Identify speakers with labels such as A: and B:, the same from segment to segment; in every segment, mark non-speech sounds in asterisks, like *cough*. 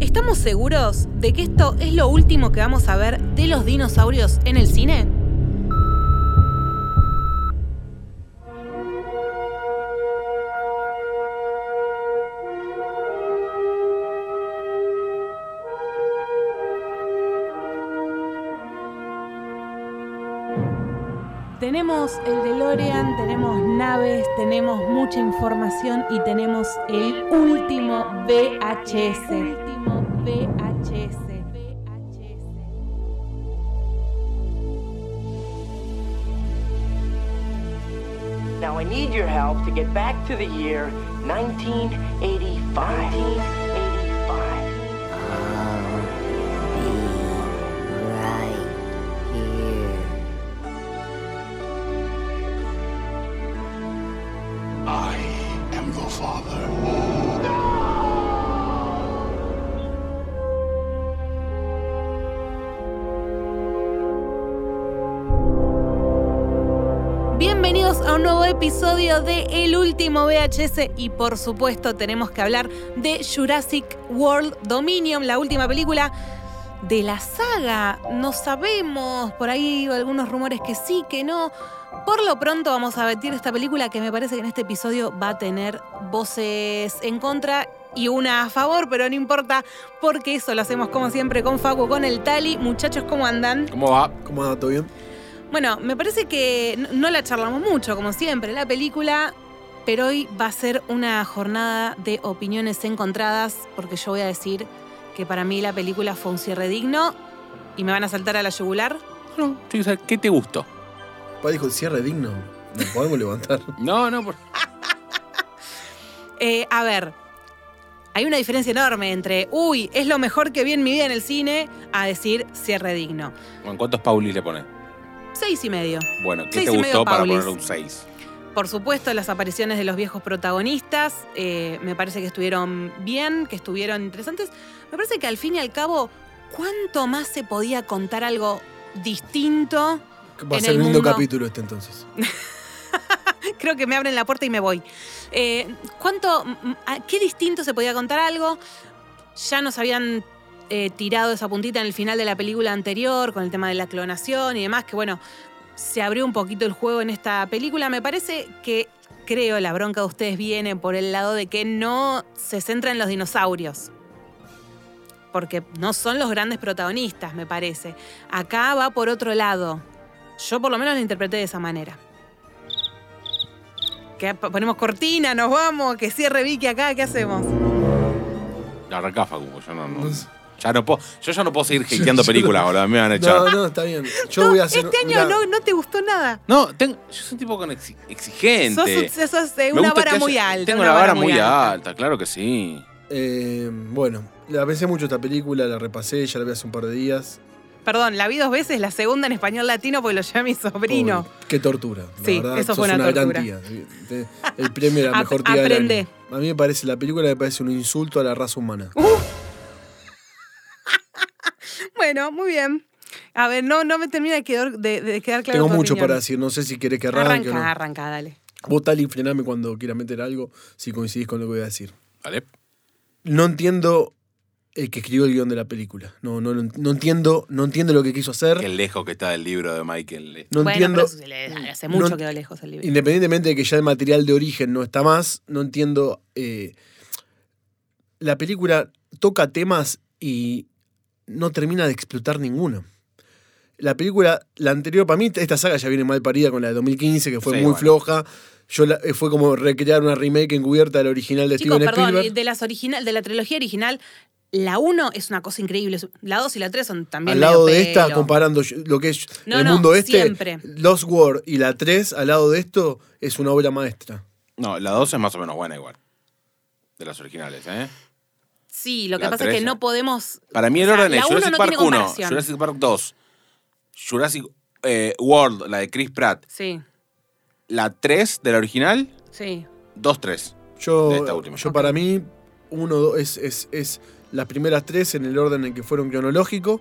A: ¿Estamos seguros de que esto es lo último que vamos a ver de los dinosaurios en el cine? Tenemos el DeLorean, tenemos naves, tenemos mucha información y tenemos el último VHS.
B: Now I need your help to get back to the year 1985. 1985.
C: I am the father.
A: Bienvenidos a un nuevo episodio de El último VHS y por supuesto tenemos que hablar de Jurassic World Dominion, la última película de la saga. No sabemos, por ahí algunos rumores que sí, que no. Por lo pronto vamos a batir esta película que me parece que en este episodio va a tener voces en contra y una a favor, pero no importa porque eso lo hacemos como siempre con Facu, con el Tali. Muchachos, ¿cómo andan?
D: ¿Cómo va?
E: ¿Cómo anda? ah, ¿Todo bien?
A: Bueno, me parece que no- no la charlamos mucho, como siempre, la película, pero hoy va a ser una jornada de opiniones encontradas, porque yo voy a decir que para mí la película fue un cierre digno y me van a saltar a la yugular.
D: Bueno, sí, o sea, ¿qué te gustó?
E: Papá dijo el cierre digno. Nos podemos
A: *laughs*
E: levantar. *laughs*
D: No, no, por...
A: Eh, a ver, hay una diferencia enorme entre, uy, es lo mejor que vi en mi vida en el cine, a decir cierre digno.
D: Bueno, ¿cuántos paulis le pones?
A: Seis y medio.
D: Bueno, ¿qué
A: Seis
D: te
A: y medio
D: gustó para
A: paulis.
D: poner un 6?
A: Por supuesto, las apariciones de los viejos protagonistas eh, me parece que estuvieron bien, que estuvieron interesantes. Me parece que al fin y al cabo, ¿cuánto más se podía contar algo distinto?
E: Va a
A: En
E: ser
A: el
E: un lindo
A: mundo.
E: capítulo
D: *laughs*
E: este entonces.
A: *laughs* Creo que me abren la puerta y me voy. Eh, ¿Cuánto, m- m- a- qué distinto se podía contar algo? Ya nos habían eh, tirado esa puntita en el final de la película anterior con el tema de la clonación y demás, que bueno, se abrió un poquito el juego en esta película. Me parece que, creo, la bronca de ustedes viene por el lado de que no se centra en los dinosaurios. Porque no son los grandes protagonistas, me parece. Acá va por otro lado. Yo por lo menos lo interpreté de esa manera. Que p- ponemos cortina, nos vamos, que cierre Vicky acá, ¿qué hacemos?
D: La arrancá, Facu, pues yo no, no-
E: No sé.
D: Ya no puedo, *laughs* yo ya no puedo seguir hateando películas, boludo, me van a echar.
E: No,
D: No,
E: no, está bien. Yo voy a hacer.
A: este
E: mirá,
A: año no, no te gustó nada.
D: tengo- yo soy un tipo con exi-
A: Sos,
D: exigente.
A: un- sos, eh,
D: Me
A: una
D: gusta que
A: vara
D: haya-
A: muy alta.
D: Tengo
A: una
D: una vara muy alta. claro que sí.
E: eh, bueno, la pensé mucho esta película, la repasé, ya la vi hace un par de días.
A: Perdón, la vi dos veces, la segunda en español latino porque lo llevé a mi sobrino.
E: Pobre, Qué tortura. La
A: Sí,
E: verdad,
A: eso
E: sos
A: fue una tortura.
E: gran tía. Te- El premio de
A: *laughs*
E: la
A: Ap-
E: mejor tía del
A: aprendé.
E: año. A mí me parece, la película me parece un insulto a la raza humana.
A: Bueno, muy bien. A ver, no, no me termina de quedar, de, de quedar claro.
E: Tengo
A: tu
E: mucho
A: opinión.
E: para decir, no sé si querés que arranque
A: Arranca,
E: o no.
A: arranca, dale.
E: Vos tal y frename cuando quieras meter algo, si coincidís con lo que voy a decir.
D: ¿Vale?
E: no entiendo el que escribió el guión de la película. No, no, no, no entiendo, no entiendo lo que quiso
D: Qué
E: hacer.
D: lejos que está del libro de Michael.
E: No
A: bueno,
E: entiendo. Mm.
A: pero eso se le- hace mucho
E: no-
A: quedó lejos el libro.
E: Independientemente de que ya el material de origen no está más, no entiendo. eh, la película toca temas y no termina de explotar ninguno. La película, la anterior, para mí, esta saga ya viene mal parida con la de 2015, que fue
D: Sí,
E: muy
D: bueno.
E: floja. Yo la- eh, fue como recrear una remake encubierta del original de
A: Chicos,
E: Steven
A: perdón,
E: Spielberg.
A: de, las original, de la trilogía original, la 1 es una cosa increíble. La 2 y la 3 son también.
E: Al lado
A: medio
E: de esta,
A: pelo.
E: comparando yo- lo que es
A: No,
E: el
A: no,
E: mundo este,
A: siempre.
E: Lost World y la 3, al lado de esto, es una obra maestra.
D: No, la 2 es más o menos buena igual. De las originales, ¿eh?
A: Sí, lo que
D: La
A: pasa es
D: tres,
A: que
D: eh.
A: no podemos.
D: Para mí
A: O
D: el
A: sea,
D: orden es
A: la uno
D: Jurassic
A: no tiene
D: Park 1,
A: comparación.
D: Jurassic Park 2, Jurassic eh, World, la de Chris Pratt,
A: Sí,
D: la 3 de la original,
A: sí.
D: 2-3. De esta
E: Yo,
D: última.
E: yo
A: Ok.
E: para mí, uno, dos, es, es, es las primeras tres en el orden en que fueron cronológico.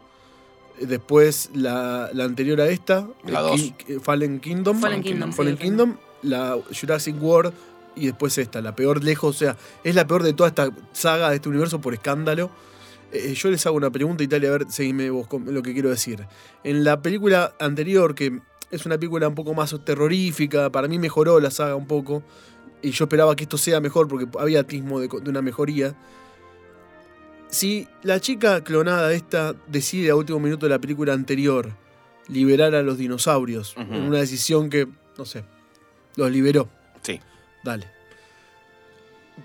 E: Después la, la anterior a esta,
D: La
E: eh,
D: dos.
E: Ki- eh, Fallen Kingdom.
A: Fallen Kingdom, sí,
E: Fallen
A: el
E: Kingdom, la Jurassic World y después esta, la peor lejos, o sea, es la peor de toda esta saga, de este universo por escándalo. Eh, yo les hago una pregunta, Italia, a ver, seguime vos con lo que quiero decir. En la película anterior, que es una película un poco más terrorífica, para mí mejoró la saga un poco, y yo esperaba que esto sea mejor porque había atismo de, co- de una mejoría. Si la chica clonada esta decide a último minuto de la película anterior liberar a los dinosaurios,
D: Ujú.
E: en una decisión que, no sé, los liberó.
D: Sí.
E: Dale.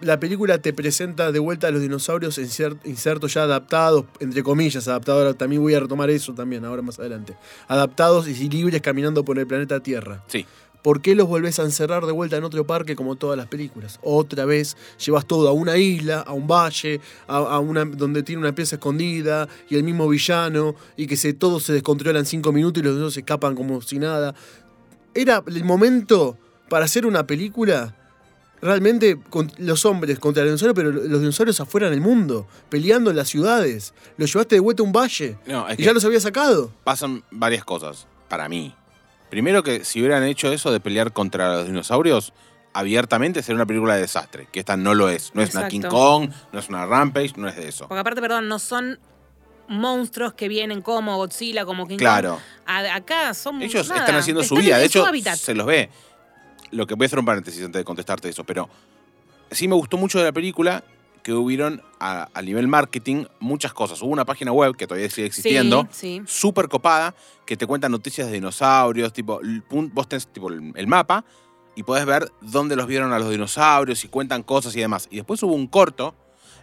E: La película te presenta de vuelta a los dinosaurios en cier- insertos ya adaptados, entre comillas, adaptados. Ahora también voy a retomar eso también, ahora más adelante. Adaptados y libres caminando por el planeta Tierra.
D: Sí.
E: ¿Por qué los volvés a encerrar de vuelta en otro parque como todas las películas? Otra vez llevas todo a una isla, a un valle, a, a una donde tiene una pieza escondida y el mismo villano y que se, todo se descontrola en cinco minutos y los dos se escapan como si nada. Era el momento para hacer una película realmente con los hombres contra los dinosaurios, pero los dinosaurios afuera en el mundo, peleando en las ciudades. Los llevaste de vuelta a un valle
D: No, es
E: y
D: que-
E: ya los había sacado.
D: pasan varias cosas para mí. Primero que si hubieran hecho eso de pelear contra los dinosaurios abiertamente sería una película de desastre, que esta no lo es. No es una King
A: Exacto.
D: Kong, no es una Rampage, no es de eso.
A: Porque aparte, perdón, no son monstruos que vienen como Godzilla, como King Kong.
D: Claro.
A: A- acá son
D: Ellos
A: nada,
D: están haciendo su
A: están
D: vida,
A: en
D: de hecho
A: hábitat.
D: se los ve. Lo que voy a hacer un paréntesis antes de contestarte eso, pero sí me gustó mucho de la película que hubieron a, a nivel marketing muchas cosas. Hubo una página web que todavía sigue existiendo,
A: Sí, sí.
D: súper copada, que te cuenta noticias de dinosaurios, tipo, l- pun- vos tenés tipo, el el mapa y podés ver dónde los vieron a los dinosaurios y cuentan cosas y demás. Y después hubo un corto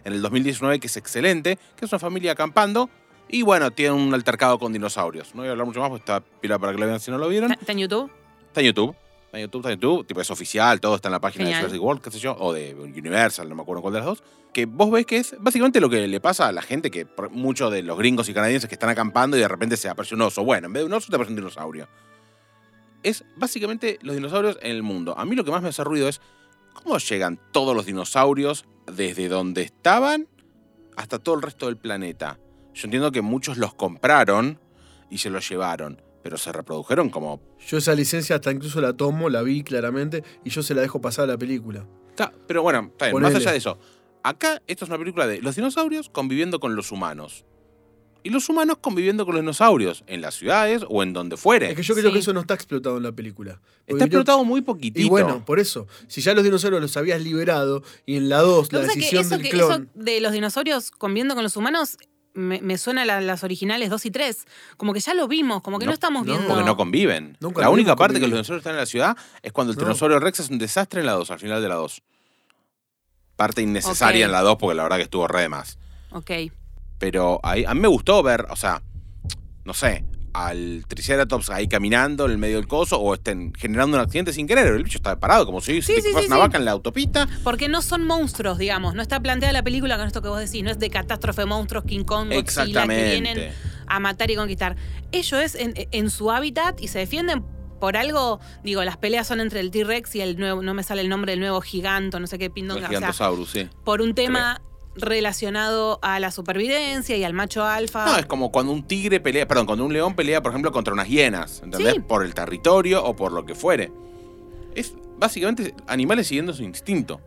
D: en el 2019 que es excelente, que es una familia acampando y bueno, tiene un altercado con dinosaurios. No voy a hablar mucho más porque está pila para que lo vean si no lo vieron.
A: ¿Está está en YouTube?
D: Está en YouTube. Está en YouTube, está en YouTube. Tipo, es oficial, todo está en la página
A: Genial.
D: de Jurassic World, qué sé yo, o de Universal, no me acuerdo cuál de las dos. Que vos ves que es básicamente lo que le pasa a la gente, que por- muchos de los gringos y canadienses que están acampando y de repente se aparece un oso. Bueno, en vez de un oso te aparece un dinosaurio. Es básicamente los dinosaurios en el mundo. A mí lo que más me hace ruido es cómo llegan todos los dinosaurios desde donde estaban hasta todo el resto del planeta. Yo entiendo que muchos los compraron y se los llevaron, pero se reprodujeron como
E: Yo esa licencia hasta incluso la tomo, la vi claramente y yo se la dejo pasar a la película.
D: Está- pero bueno, está bien, más
E: Ponele.
D: allá de eso. Acá, esto es una película de los dinosaurios conviviendo con los humanos. Y los humanos conviviendo con los dinosaurios, en las ciudades o en donde fuere.
E: Es que yo creo
A: Sí.
E: que eso no está explotado en la película. Porque
D: Está
E: yo-
D: explotado muy poquitito.
E: Y bueno, por eso, si ya los dinosaurios los habías liberado y en la 2
A: Lo
E: la
A: que pasa es que
E: decisión
A: eso,
E: del
A: que-
E: clon...
A: eso de los dinosaurios conviviendo con los humanos me, me suena a la- las originales 2 y 3. Como que ya lo vimos, como que no,
D: No,
A: estamos
E: no,
A: viendo.
D: porque no conviven.
E: Nunca
D: la única
E: conviven,
D: parte que
E: conviven.
D: los dinosaurios están en la ciudad es cuando el
E: No.
D: tiranosaurio Rex es un desastre en la 2, al final de la 2. Parte innecesaria
A: Ok.
D: en la 2 porque la verdad que estuvo re de más.
A: Ok.
D: Pero ahí, a mí me gustó ver, o sea, no sé, al Triceratops ahí caminando en el medio del coso o estén generando un accidente sin querer. El bicho está parado, como si
A: Sí,
D: se te
A: sí,
D: cruzas
A: sí,
D: una
A: sí.
D: vaca en la autopista.
A: Porque no son monstruos, digamos. No está planteada la película con esto que vos decís. No es de catástrofe, monstruos, King Kong, Godzilla, que vienen
D: Exactamente.
A: a matar y conquistar. Ellos es en, en su hábitat y se defienden por algo. Digo, las peleas son entre el T-Rex y el nuevo. No me sale el nombre del nuevo giganto, no sé qué
D: El
A: pindonga. o sea,
D: gigantosaurus, sí.
A: por un tema relacionado a la supervivencia y al macho alfa.
D: No, es como cuando un tigre pelea, perdón, cuando un león pelea, por ejemplo, contra unas hienas, ¿entendés?
A: Sí.
D: Por el territorio o por lo que fuere. Es básicamente animales siguiendo su instinto.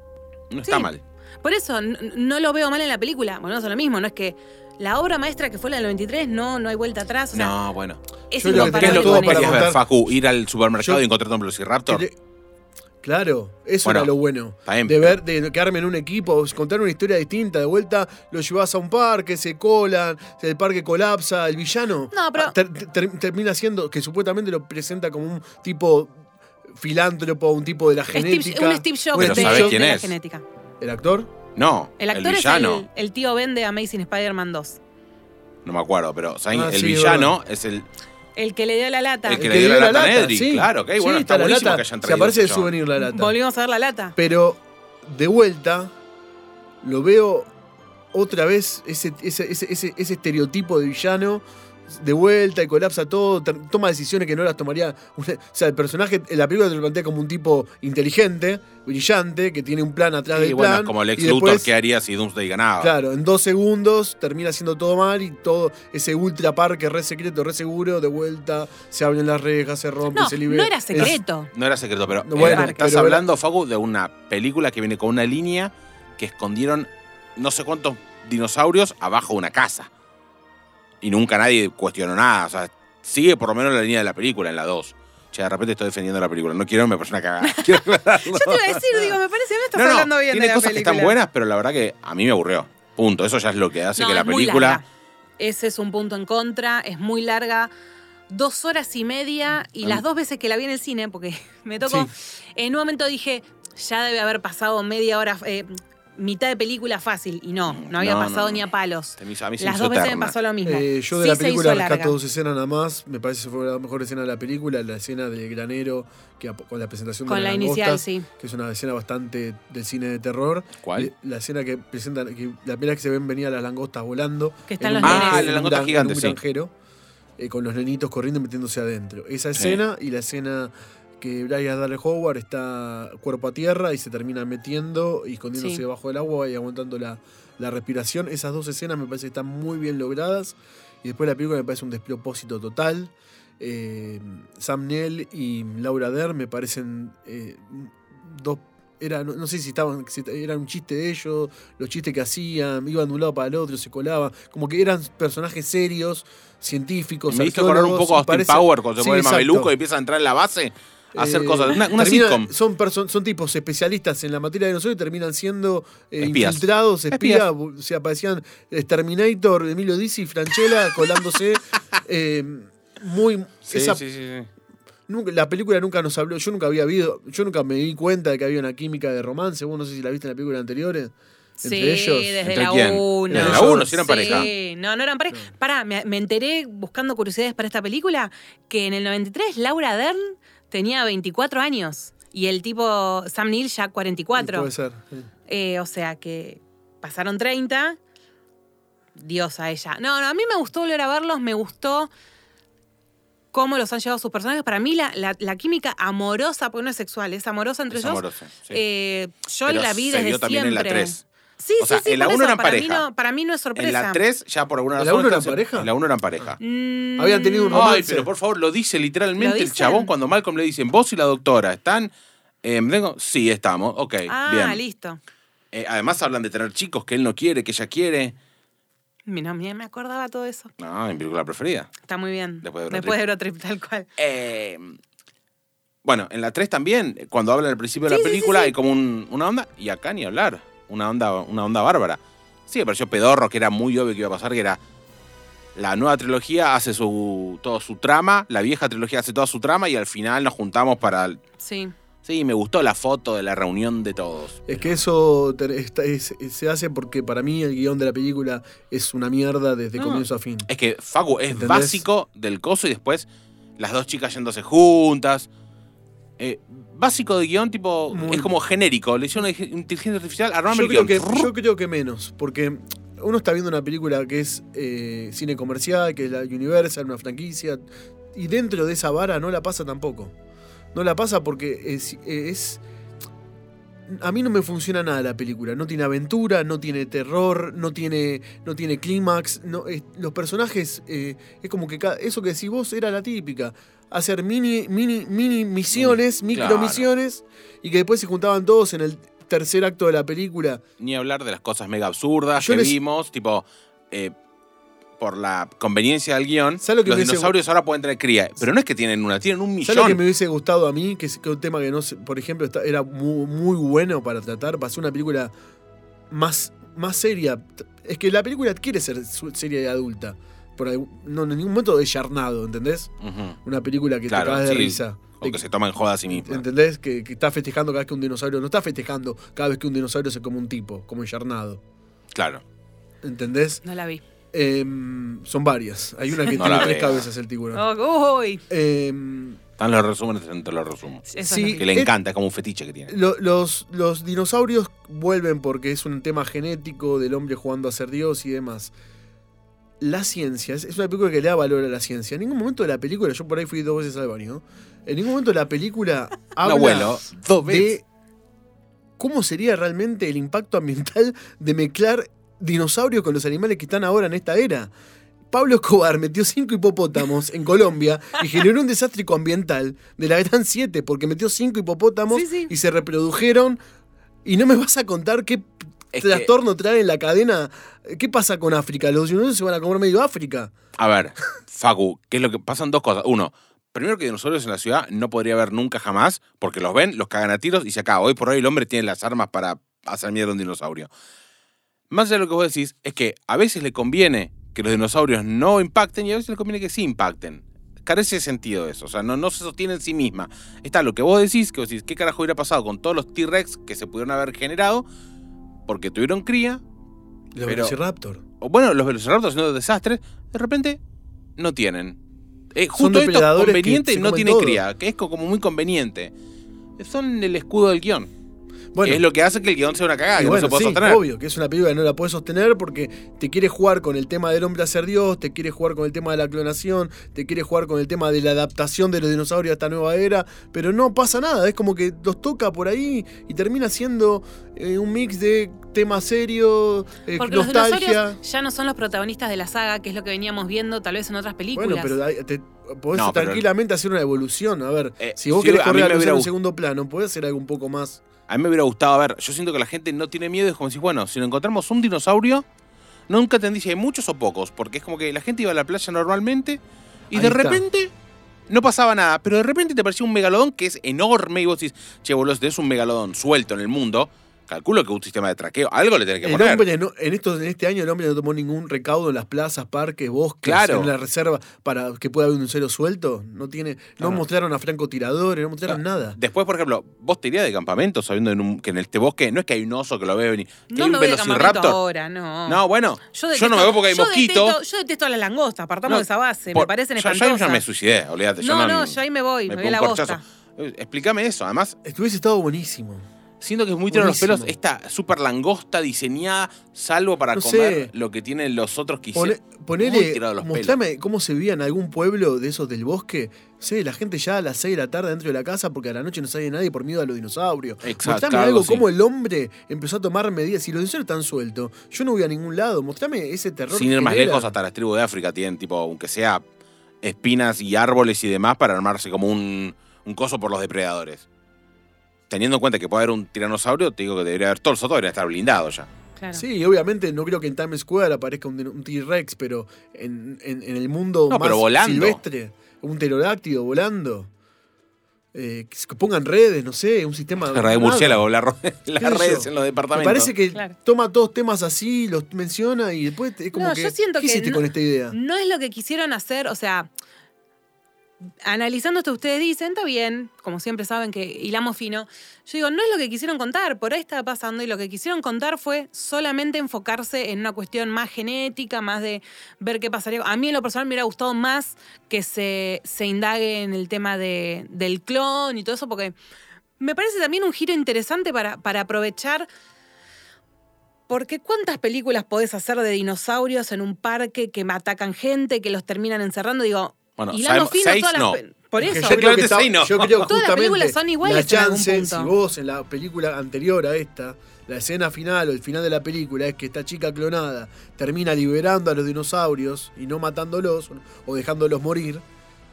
D: No está
A: Sí.
D: mal.
A: Por eso n- no lo veo mal en la película. Bueno, no es lo mismo, no es que la obra maestra que fue la del 93, no, no hay vuelta atrás. O sea,
D: no, bueno.
A: es
E: Yo creo que
D: ¿Qué es
A: incomparable
D: lo que
E: todo
D: vos
A: con
E: para
A: eso.
D: querías ver,
E: montar-
D: Facu? Ir al supermercado
E: Yo-
D: y encontrarte un velociraptor.
E: Que le- Claro, eso
D: Bueno,
E: era lo bueno.
D: está bien,
E: de
D: pero-
E: ver, de quedarme en un equipo, contar una historia distinta. De vuelta lo llevas a un parque, se colan, el parque colapsa, el villano
A: No, pero-
E: ah, ter- ter- termina siendo, que supuestamente lo presenta como un tipo filántropo, un tipo de la
A: Steve-
E: genética.
A: un Steve Jobs
D: Pero
A: de,
D: ¿sabés
A: de
D: quién
A: la
D: es?
A: genética.
E: El actor.
D: No,
A: El actor es
D: villano.
A: el, el tío Ben de Amazing Spider-Man 2.
D: No me acuerdo, pero ¿saben?
E: Ah,
D: el
E: sí,
D: villano es el,
A: El que le dio la lata.
D: El
E: Ah,
D: que le dio la lata a Nedry,
E: sí.
D: claro, ok, bueno,
E: Sí,
D: está
E: la
D: buenísimo
E: lata.
D: que hayan
E: Se
D: traído
E: aparece de
D: ese chabón.
E: souvenir la lata.
A: Volvimos a ver la lata.
E: Pero de vuelta, lo veo otra vez, ese, ese- ese- ese- ese estereotipo de villano, de vuelta y colapsa todo, ter- toma decisiones que no las tomaría. una- o sea, el personaje, en la película te lo plantea como un tipo inteligente, brillante, que tiene un plan atrás
D: Sí,
E: del
D: bueno,
E: plan.
D: como el ex
E: y
D: Luthor,
E: después-
D: ¿qué haría si Doomsday ganaba?
E: Claro, en dos segundos termina haciendo todo mal y todo ese ultra parque re secreto, re seguro, de vuelta se abren las rejas, se rompe,
A: No,
E: se libera.
A: no era secreto.
D: No era secreto, pero
E: Bueno,
D: era- estás
E: pero era-
D: hablando, Facu, de una película que viene con una línea que escondieron no sé cuántos dinosaurios abajo de una casa. Y nunca nadie cuestionó nada. O sea, sigue por lo menos la línea de la película, en la 2. Che, de repente estoy defendiendo la película. No quiero que me parezca una
E: *laughs*
D: cagada. Quiero
A: *laughs*
D: aclararlo.
A: Yo te iba a decir, digo, me parece que me estás
D: No, no,
A: hablando bien de
D: tiene
A: la
D: cosas
A: película.
D: que están buenas, pero la verdad que a mí me aburrió. Punto. Eso ya es lo que hace
A: No,
D: que la
A: es muy
D: película.
A: larga. Ese es un punto en contra, es muy larga. Dos horas y media, y
D: Ah.
A: las dos veces que la vi en el cine, porque *laughs* me tocó, en un momento dije, ya debe haber pasado media hora, eh, mitad de película fácil, y no, no había
D: No, no,
A: pasado
D: no.
A: ni a palos.
D: te me hizo- A mí se me
A: Las
D: hizo
A: dos veces me
D: eterna.
A: pasó lo mismo.
E: Eh, yo de
A: Sí
E: la
A: se
E: película
A: hizo larga.
E: rescato dos escenas nada más. Me parece que fue la mejor escena de la película, la escena de Granero, que ap- con la presentación
A: Con
E: de
A: la
E: las
A: inicial,
E: langostas,
A: sí.
E: que es una escena bastante del cine de terror.
D: ¿Cuál?
E: La escena que presentan, que la primera que se ven venía las langostas volando.
A: Que están
E: en
A: los
E: un-
A: nenes. Ah,
E: en
D: las
E: un
D: langostas
E: gran- en
D: gigantes,
E: un
D: sí.
E: granjero, eh, con los nenitos corriendo y metiéndose adentro. Esa
D: Sí.
E: escena y la escena que Brian Darrell Howard está cuerpo a tierra y se termina metiendo y escondiéndose
A: Sí.
E: debajo del agua y aguantando la, la respiración. Esas dos escenas me parece que están muy bien logradas. Y después la película me parece un despropósito total. Eh, Sam Neill y Laura Dern me parecen eh, dos. Era, no, no sé si estaban. si era un chiste de ellos, los chistes que hacían, iban de un lado para el otro, se colaban. Como que eran personajes serios, científicos.
D: Me hizo correr un
E: arqueólogos,
D: poco a
E: y
D: Austin
E: parece-
D: Power cuando se
E: Sí,
D: pone el
E: exacto.
D: mameluco y empieza a entrar en la base a hacer
E: Eh,
D: cosas. Una, una
E: termina-
D: sitcom.
E: Son, perso- son tipos especialistas en la materia de nosotros y terminan siendo eh,
D: Espías.
E: infiltrados, espías.
D: Espías.
E: bu- O sea, parecían Terminator, Emilio Dizzi, Franchella *laughs* colándose. eh, muy.
D: Sí,
E: esa-
D: sí, sí, sí.
E: nunca- la película nunca nos habló. Yo nunca había habido. Yo nunca me di cuenta de que había una química de romance. Vos no sé si la viste en la película anteriores.
A: Sí,
E: Entre ellos.
A: desde
D: ¿Entre
A: la
D: quién?
A: 1.
E: Desde la uno,
D: si eran pareja.
A: No, no eran pareja. Pará, me, me enteré buscando curiosidades para esta película que en el 93 Laura Dern tenía 24 años y el tipo Sam Neill ya 44.
E: Puede ser. sí.
A: Eh, o sea que pasaron 30. Dios a ella. No, no, a mí me gustó volver a verlos, me gustó cómo los han llevado sus personajes. Para mí la, la- la química amorosa, porque no es sexual, es amorosa entre
D: Es
A: ellos.
D: amorosa, sí.
A: Eh, yo
D: Pero
A: la vi
D: se
A: desde
D: vio también en la
A: siempre.
D: 3.
A: Sí,
D: O sea,
A: sí, sí,
D: en la
A: por
D: uno
A: eso,
D: eran
A: para
D: pareja.
A: Mí no, para mí no es sorpresa.
D: En la 3 ya por alguna
E: ¿En
D: razón.
E: la uno eran
D: entonces-
E: pareja?
D: En la 1 eran pareja.
A: Mm,
E: Habían tenido un
D: Ay,
E: romance.
D: pero por favor, lo dice literalmente
A: ¿Lo
D: el
A: dicen?
D: chabón cuando Malcolm le dicen, vos y la doctora, ¿están? em, tengo- sí, estamos, ok,
A: Ah,
D: bien.
A: listo.
D: Eh, además hablan de tener chicos que él no quiere, que ella quiere.
A: Mira, mira, me acordaba todo eso.
D: No, mi película preferida.
A: Está muy bien.
D: Después de Eurotrip.
A: Después de Eurotrip, tal cual.
D: Eh, bueno, en la 3 también, cuando hablan al principio de
A: Sí,
D: la
A: sí, sí,
D: película,
A: sí.
D: hay como un- una onda, y acá ni hablar, una onda, una onda bárbara. Sí, me pareció pedorro, que era muy obvio que iba a pasar, que era la nueva trilogía hace su, toda su trama, la vieja trilogía hace toda su trama y al final nos juntamos para... el-
A: Sí.
D: Sí, me gustó la foto de la reunión de todos.
E: Es que eso te- está- es- se hace porque para mí el guión de la película es una mierda desde
A: No.
E: comienzo a fin.
D: Es que Facu es
E: ¿Entendés?
D: básico del coso y después las dos chicas yéndose juntas. Eh, básico de guión, tipo,
E: Muy.
D: es como genérico. Le hicieron una inteligencia artificial, armame
E: Yo
D: el
E: creo,
D: guión.
E: que, yo creo que menos, porque uno está viendo una película que es eh, cine comercial, que es la Universal, una franquicia, y dentro de esa vara no la pasa tampoco. No la pasa porque es... es- a mí no me funciona nada la película. No tiene aventura, no tiene terror, no tiene, no tiene clímax. No, es- los personajes, eh, es como que ca- eso que decís vos era la típica. Hacer mini, mini, mini misiones,
D: Claro.
E: micromisiones, y que después se juntaban todos en el tercer acto de la película.
D: Ni hablar de las cosas mega absurdas
E: Yo
D: que
E: les-
D: vimos, tipo, eh, por la conveniencia del guión,
E: ¿Sabes lo que
D: los
E: hubiese-
D: dinosaurios ahora pueden tener cría. Pero no es que tienen una, tienen un
E: ¿Sabes lo que me
D: millón.
E: hubiese gustado a mí? Que es que un tema que no sé, por ejemplo, está- era muy, muy bueno para tratar, para hacer una película más, más seria. Es que la película quiere ser su- seria y adulta. Por algún- no, en ningún momento desjarnado, ¿entendés?
D: Ujú.
E: Una película que
D: Claro,
E: te cagas de
D: sí.
E: risa.
D: O que se toman joda a sí mismo.
E: ¿Entendés? Que, que está festejando cada vez que un dinosaurio. No está festejando cada vez que un dinosaurio se come un tipo, como enjarnado.
D: Claro.
E: ¿Entendés?
A: No la vi.
E: Em, son varias. Hay una que
D: *laughs* No
E: tiene
D: la
E: tres
D: veo.
E: cabezas el tiburón.
A: Oh, uy.
E: Em,
D: Están los resúmenes, entre los resumos.
A: Eso
E: Sí.
A: no.
D: Que le
E: Eh,
D: encanta, es como un fetiche que tiene.
E: Lo- los, los dinosaurios vuelven porque es un tema genético del hombre jugando a ser Dios y demás. La ciencia, es, es una película que le da valor a la ciencia. En ningún momento de la película, yo por ahí fui dos veces al baño, en ningún momento la película
D: *laughs* Un
E: habla
D: abuelo, dos veces.
E: de cómo sería realmente el impacto ambiental de mezclar dinosaurios con los animales que están ahora en esta era. Pablo Escobar metió cinco hipopótamos en Colombia y generó un desastre ambiental de la Gran 7 porque metió cinco hipopótamos
A: Sí, sí.
E: y se reprodujeron y no me vas a contar qué
F: Es que-
E: trastorno trae en la cadena? ¿Qué pasa con África? Los unidos se van a comer medio África.
D: A ver, Facu, ¿qué es lo que pasan dos cosas? Uno, primero que dinosaurios en la ciudad no podría haber nunca jamás, porque los ven, los cagan a tiros y se acaba. Hoy por hoy el hombre tiene las armas para hacer mierda a un dinosaurio. Más allá de lo que vos decís, es que a veces le conviene que los dinosaurios no impacten y a veces le conviene que sí impacten. Carece de sentido eso, o sea, no, no se sostiene en sí misma. Está lo que vos decís, que vos decís, ¿qué carajo hubiera pasado con todos los T-Rex que se pudieron haber generado? Porque tuvieron cría,
E: Los
D: Pero-
E: Velociraptor.
D: o bueno, los velociraptors haciendo desastres, de repente no tienen. Eh,
E: Son
D: justo esto es
E: depredadores que
D: conveniente
E: se
D: no
E: comen
D: tienen
E: todo.
D: cría, que es co- como muy conveniente. Son el escudo del guión.
E: Bueno,
D: que es lo que hace que el guión sea una cagada,
E: y
D: que
E: bueno,
D: no se puede
E: sí,
D: sostener.
E: obvio que es una película que no la puedes sostener porque te quiere jugar con el tema del hombre a ser Dios, te quiere jugar con el tema de la clonación, te quiere jugar con el tema de la adaptación de los dinosaurios a esta nueva era, pero no pasa nada, es como que los toca por ahí y termina siendo eh, un mix de tema serio, eh,
A: Porque los
E: nostalgia.
A: dinosaurios ya no son los protagonistas de la saga, que es lo que veníamos viendo tal vez en otras
E: Bueno,
A: películas.
E: pero hay- te- podés
D: No, pero-
E: tranquilamente hacer una evolución. A ver,
D: Eh,
E: si vos
D: sí,
E: querés
D: a mí
E: correr
D: me
E: a
D: hubiera
E: en un
D: gust-
E: segundo plano, podés hacer algo un poco más.
D: A mí me hubiera gustado, a ver, yo siento que la gente no tiene miedo, es como si, bueno, si nos encontramos un dinosaurio, nunca entendí si hay muchos o pocos, porque es como que la gente iba a la playa normalmente y
E: Ahí
D: de
E: está.
D: repente no pasaba nada, pero de repente te parecía un megalodón que es enorme y vos decís, che, boludo, si tenés un megalodón suelto en el mundo, calculo que un sistema de traqueo, algo le tenés que
E: El
D: poner.
E: hombre no- en, estos, en este año el hombre no tomó ningún recaudo en las plazas, parques, bosques,
D: Claro.
E: en la reserva para que pueda haber un cero suelto. No tiene, no,
D: Claro.
E: mostraron a francotiradores, no
D: Ah.
E: mostraron nada.
D: Después, por ejemplo, vos te irías de campamento sabiendo en un- que en este bosque no es que hay un oso que lo ve venir, que
A: no
D: hay un
A: me voy de campamento
D: velociraptor.
A: ahora, no.
D: No, bueno, yo, no me veo porque hay
A: yo
D: mosquitos.
A: detesto- yo detesto a las langostas, partamos
D: No,
A: de esa base.
D: Por-
A: me parecen
D: ya- ya, yo
A: espantosas.
D: ya me suicidé, olvídate. yo
A: no,
D: no,
A: no, yo ahí me voy, me, voy
D: pego
A: a la
D: un corchazo.
A: bosta.
D: Eh, Explícame eso. Además,
E: Estuviese estado buenísimo.
D: siento que es muy tirado los pelos
E: Buenísimo.
D: esta super langosta diseñada, salvo para
E: No
D: comer
E: sé.
D: lo que tienen los otros que
E: Pone-
D: hicieron. muy
E: ponele,
D: tirado los
E: mostrame cómo se vivía en algún pueblo de esos del bosque. Sé, la gente ya a las 6 de la tarde dentro de la casa porque a la noche no sale nadie por miedo a los dinosaurios.
D: Exacto,
E: mostrame
D: algo
E: algo,
D: así.
E: cómo el hombre empezó a tomar medidas. Si los dinosaurios están sueltos, yo no voy a ningún lado. Mostrame ese terror.
D: Sin ir
E: que
D: más
E: genera.
D: lejos, hasta las tribus de África tienen, tipo, aunque sea espinas y árboles y demás, para armarse como un, un coso por los depredadores. Teniendo en cuenta que puede haber un tiranosaurio, te digo que debería haber torso, todo debería estar blindado ya.
A: Claro.
E: Sí, obviamente no creo que en Times Square aparezca un, un T-Rex, pero en, en- en el mundo
D: No,
E: más
D: pero volando.
E: silvestre, un pterodáctido volando. Eh, que se pongan redes, no sé, un sistema.
D: La red de murciélago, la ro- *laughs* las
E: sé yo?
D: redes en los
E: Me
D: departamentos.
E: parece que
A: Claro.
E: toma todos temas así, los menciona y después es como
A: No,
E: que.
A: yo siento
E: ¿Qué
A: que
E: hiciste
A: no-
E: con esta idea?
A: No es lo que quisieron hacer, o sea, analizando esto ustedes dicen, está bien, como siempre saben que hilamos fino. Yo digo, no es lo que quisieron contar, por ahí estaba pasando y lo que quisieron contar fue solamente enfocarse en una cuestión más genética, más de ver qué pasaría. A mí en lo personal me hubiera gustado más que se, se indague en el tema de- del clon y todo eso, porque me parece también un giro interesante para, para aprovechar porque cuántas películas podés hacer de dinosaurios en un parque que atacan gente, que los terminan encerrando, digo,
D: Bueno,
A: hilando
D: sabemos-
A: fino
D: seis
A: todas las
D: no.
A: pe- por
E: Que
A: eso.
E: yo creo
D: Claramente
E: que, está-
D: sí, no.
E: yo creo
A: Todas las
E: justamente
A: películas son
E: la
A: iguales en algún
E: chance,
A: punto.
E: si vos en la película anterior a esta, la escena final o el final de la película es que esta chica clonada termina liberando a los dinosaurios y no matándolos o- o dejándolos morir,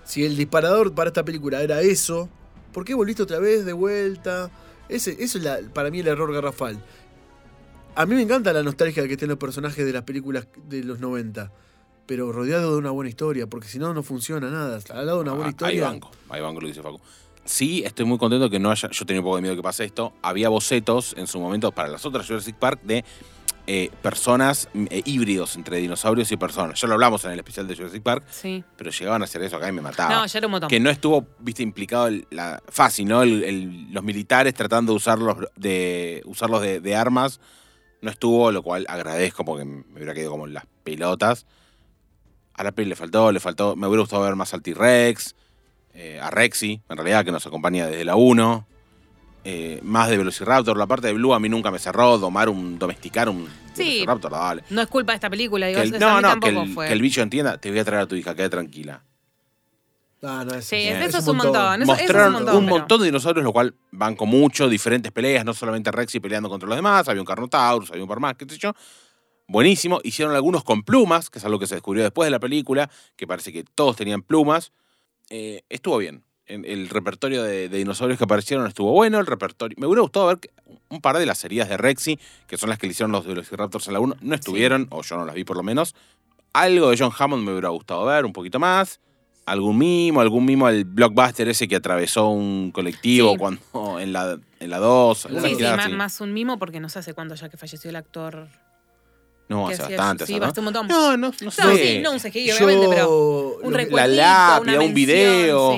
E: si el disparador para esta película era eso, ¿por qué volviste otra vez de vuelta? Ese, eso es la- para mí el error garrafal. A mí me encanta la nostalgia que tienen los personajes de las películas de los 90, pero rodeado de una buena historia, porque si no, no funciona nada. Al lado de una buena
D: Ah, Ahí
E: historia.
D: banco, ahí banco lo que dice Facu. Sí, estoy muy contento que no haya. Yo tenía un poco de miedo que pase esto. Había bocetos en su momento para las otras Jurassic Park de eh, personas mm, eh, híbridos entre dinosaurios y personas. Ya lo hablamos en el especial de Jurassic Park,
A: Sí.
D: pero llegaban a hacer eso acá y me mataba.
A: No, ya era un montón.
D: Que no estuvo, viste, implicado el- la, fácil, ¿no? El- el- los militares tratando de usarlos de, usarlos de, de armas. No estuvo, lo cual agradezco porque me hubiera caído como en las pelotas. A la peli le faltó, le faltó. Me hubiera gustado ver más al T-Rex, eh, a Rexy, en realidad, que nos acompaña desde la 1. eh, más de Velociraptor. La parte de Blue a mí nunca me cerró. Domar un, domesticar un
A: Sí.
D: Velociraptor, dale.
A: No es culpa de esta película, digo,
D: Que el-
A: eso a
D: no,
A: mí
D: no, que
A: tampoco
D: el,
A: fue.
D: que el bicho entienda, te voy a traer a tu hija, queda tranquila.
E: Ah, no, eso,
A: Sí,
D: Bien.
A: eso es un montón. Eso- eso es un
D: mostraron
A: montón,
D: un
A: pero-
D: montón de dinosaurios, lo cual banco mucho, diferentes peleas, no solamente Rexy peleando contra los demás, había un Carnotaurus, había un par más, qué sé yo. Buenísimo, hicieron algunos con plumas, que es algo que se descubrió después de la película, que parece que todos tenían plumas. Eh, estuvo bien. en- el repertorio de, de dinosaurios que aparecieron estuvo bueno. El repertorio. Me hubiera gustado ver que- un par de las heridas de Rexy, que son las que le hicieron los Velociraptors a la 1, no estuvieron, o yo no las vi por lo menos. Algo de John Hammond me hubiera gustado ver, un poquito más. Algún mimo, algún mimo al blockbuster ese que atravesó un colectivo
A: Sí.
D: cuando en la, en la 2.
E: Una
A: Sí, sí,
E: tirada
A: ma- más, un mimo porque no sé hace cuánto ya que falleció el actor.
D: No,
A: que
D: hace
A: hacía-
D: bastante.
A: sí,
D: hace, ¿no?
A: bastante un montón.
D: No, no, no
A: No,
D: sé.
A: sí, no un CGI, obviamente, pero un
E: lo-
A: recuerdo.
D: la lápida, un video.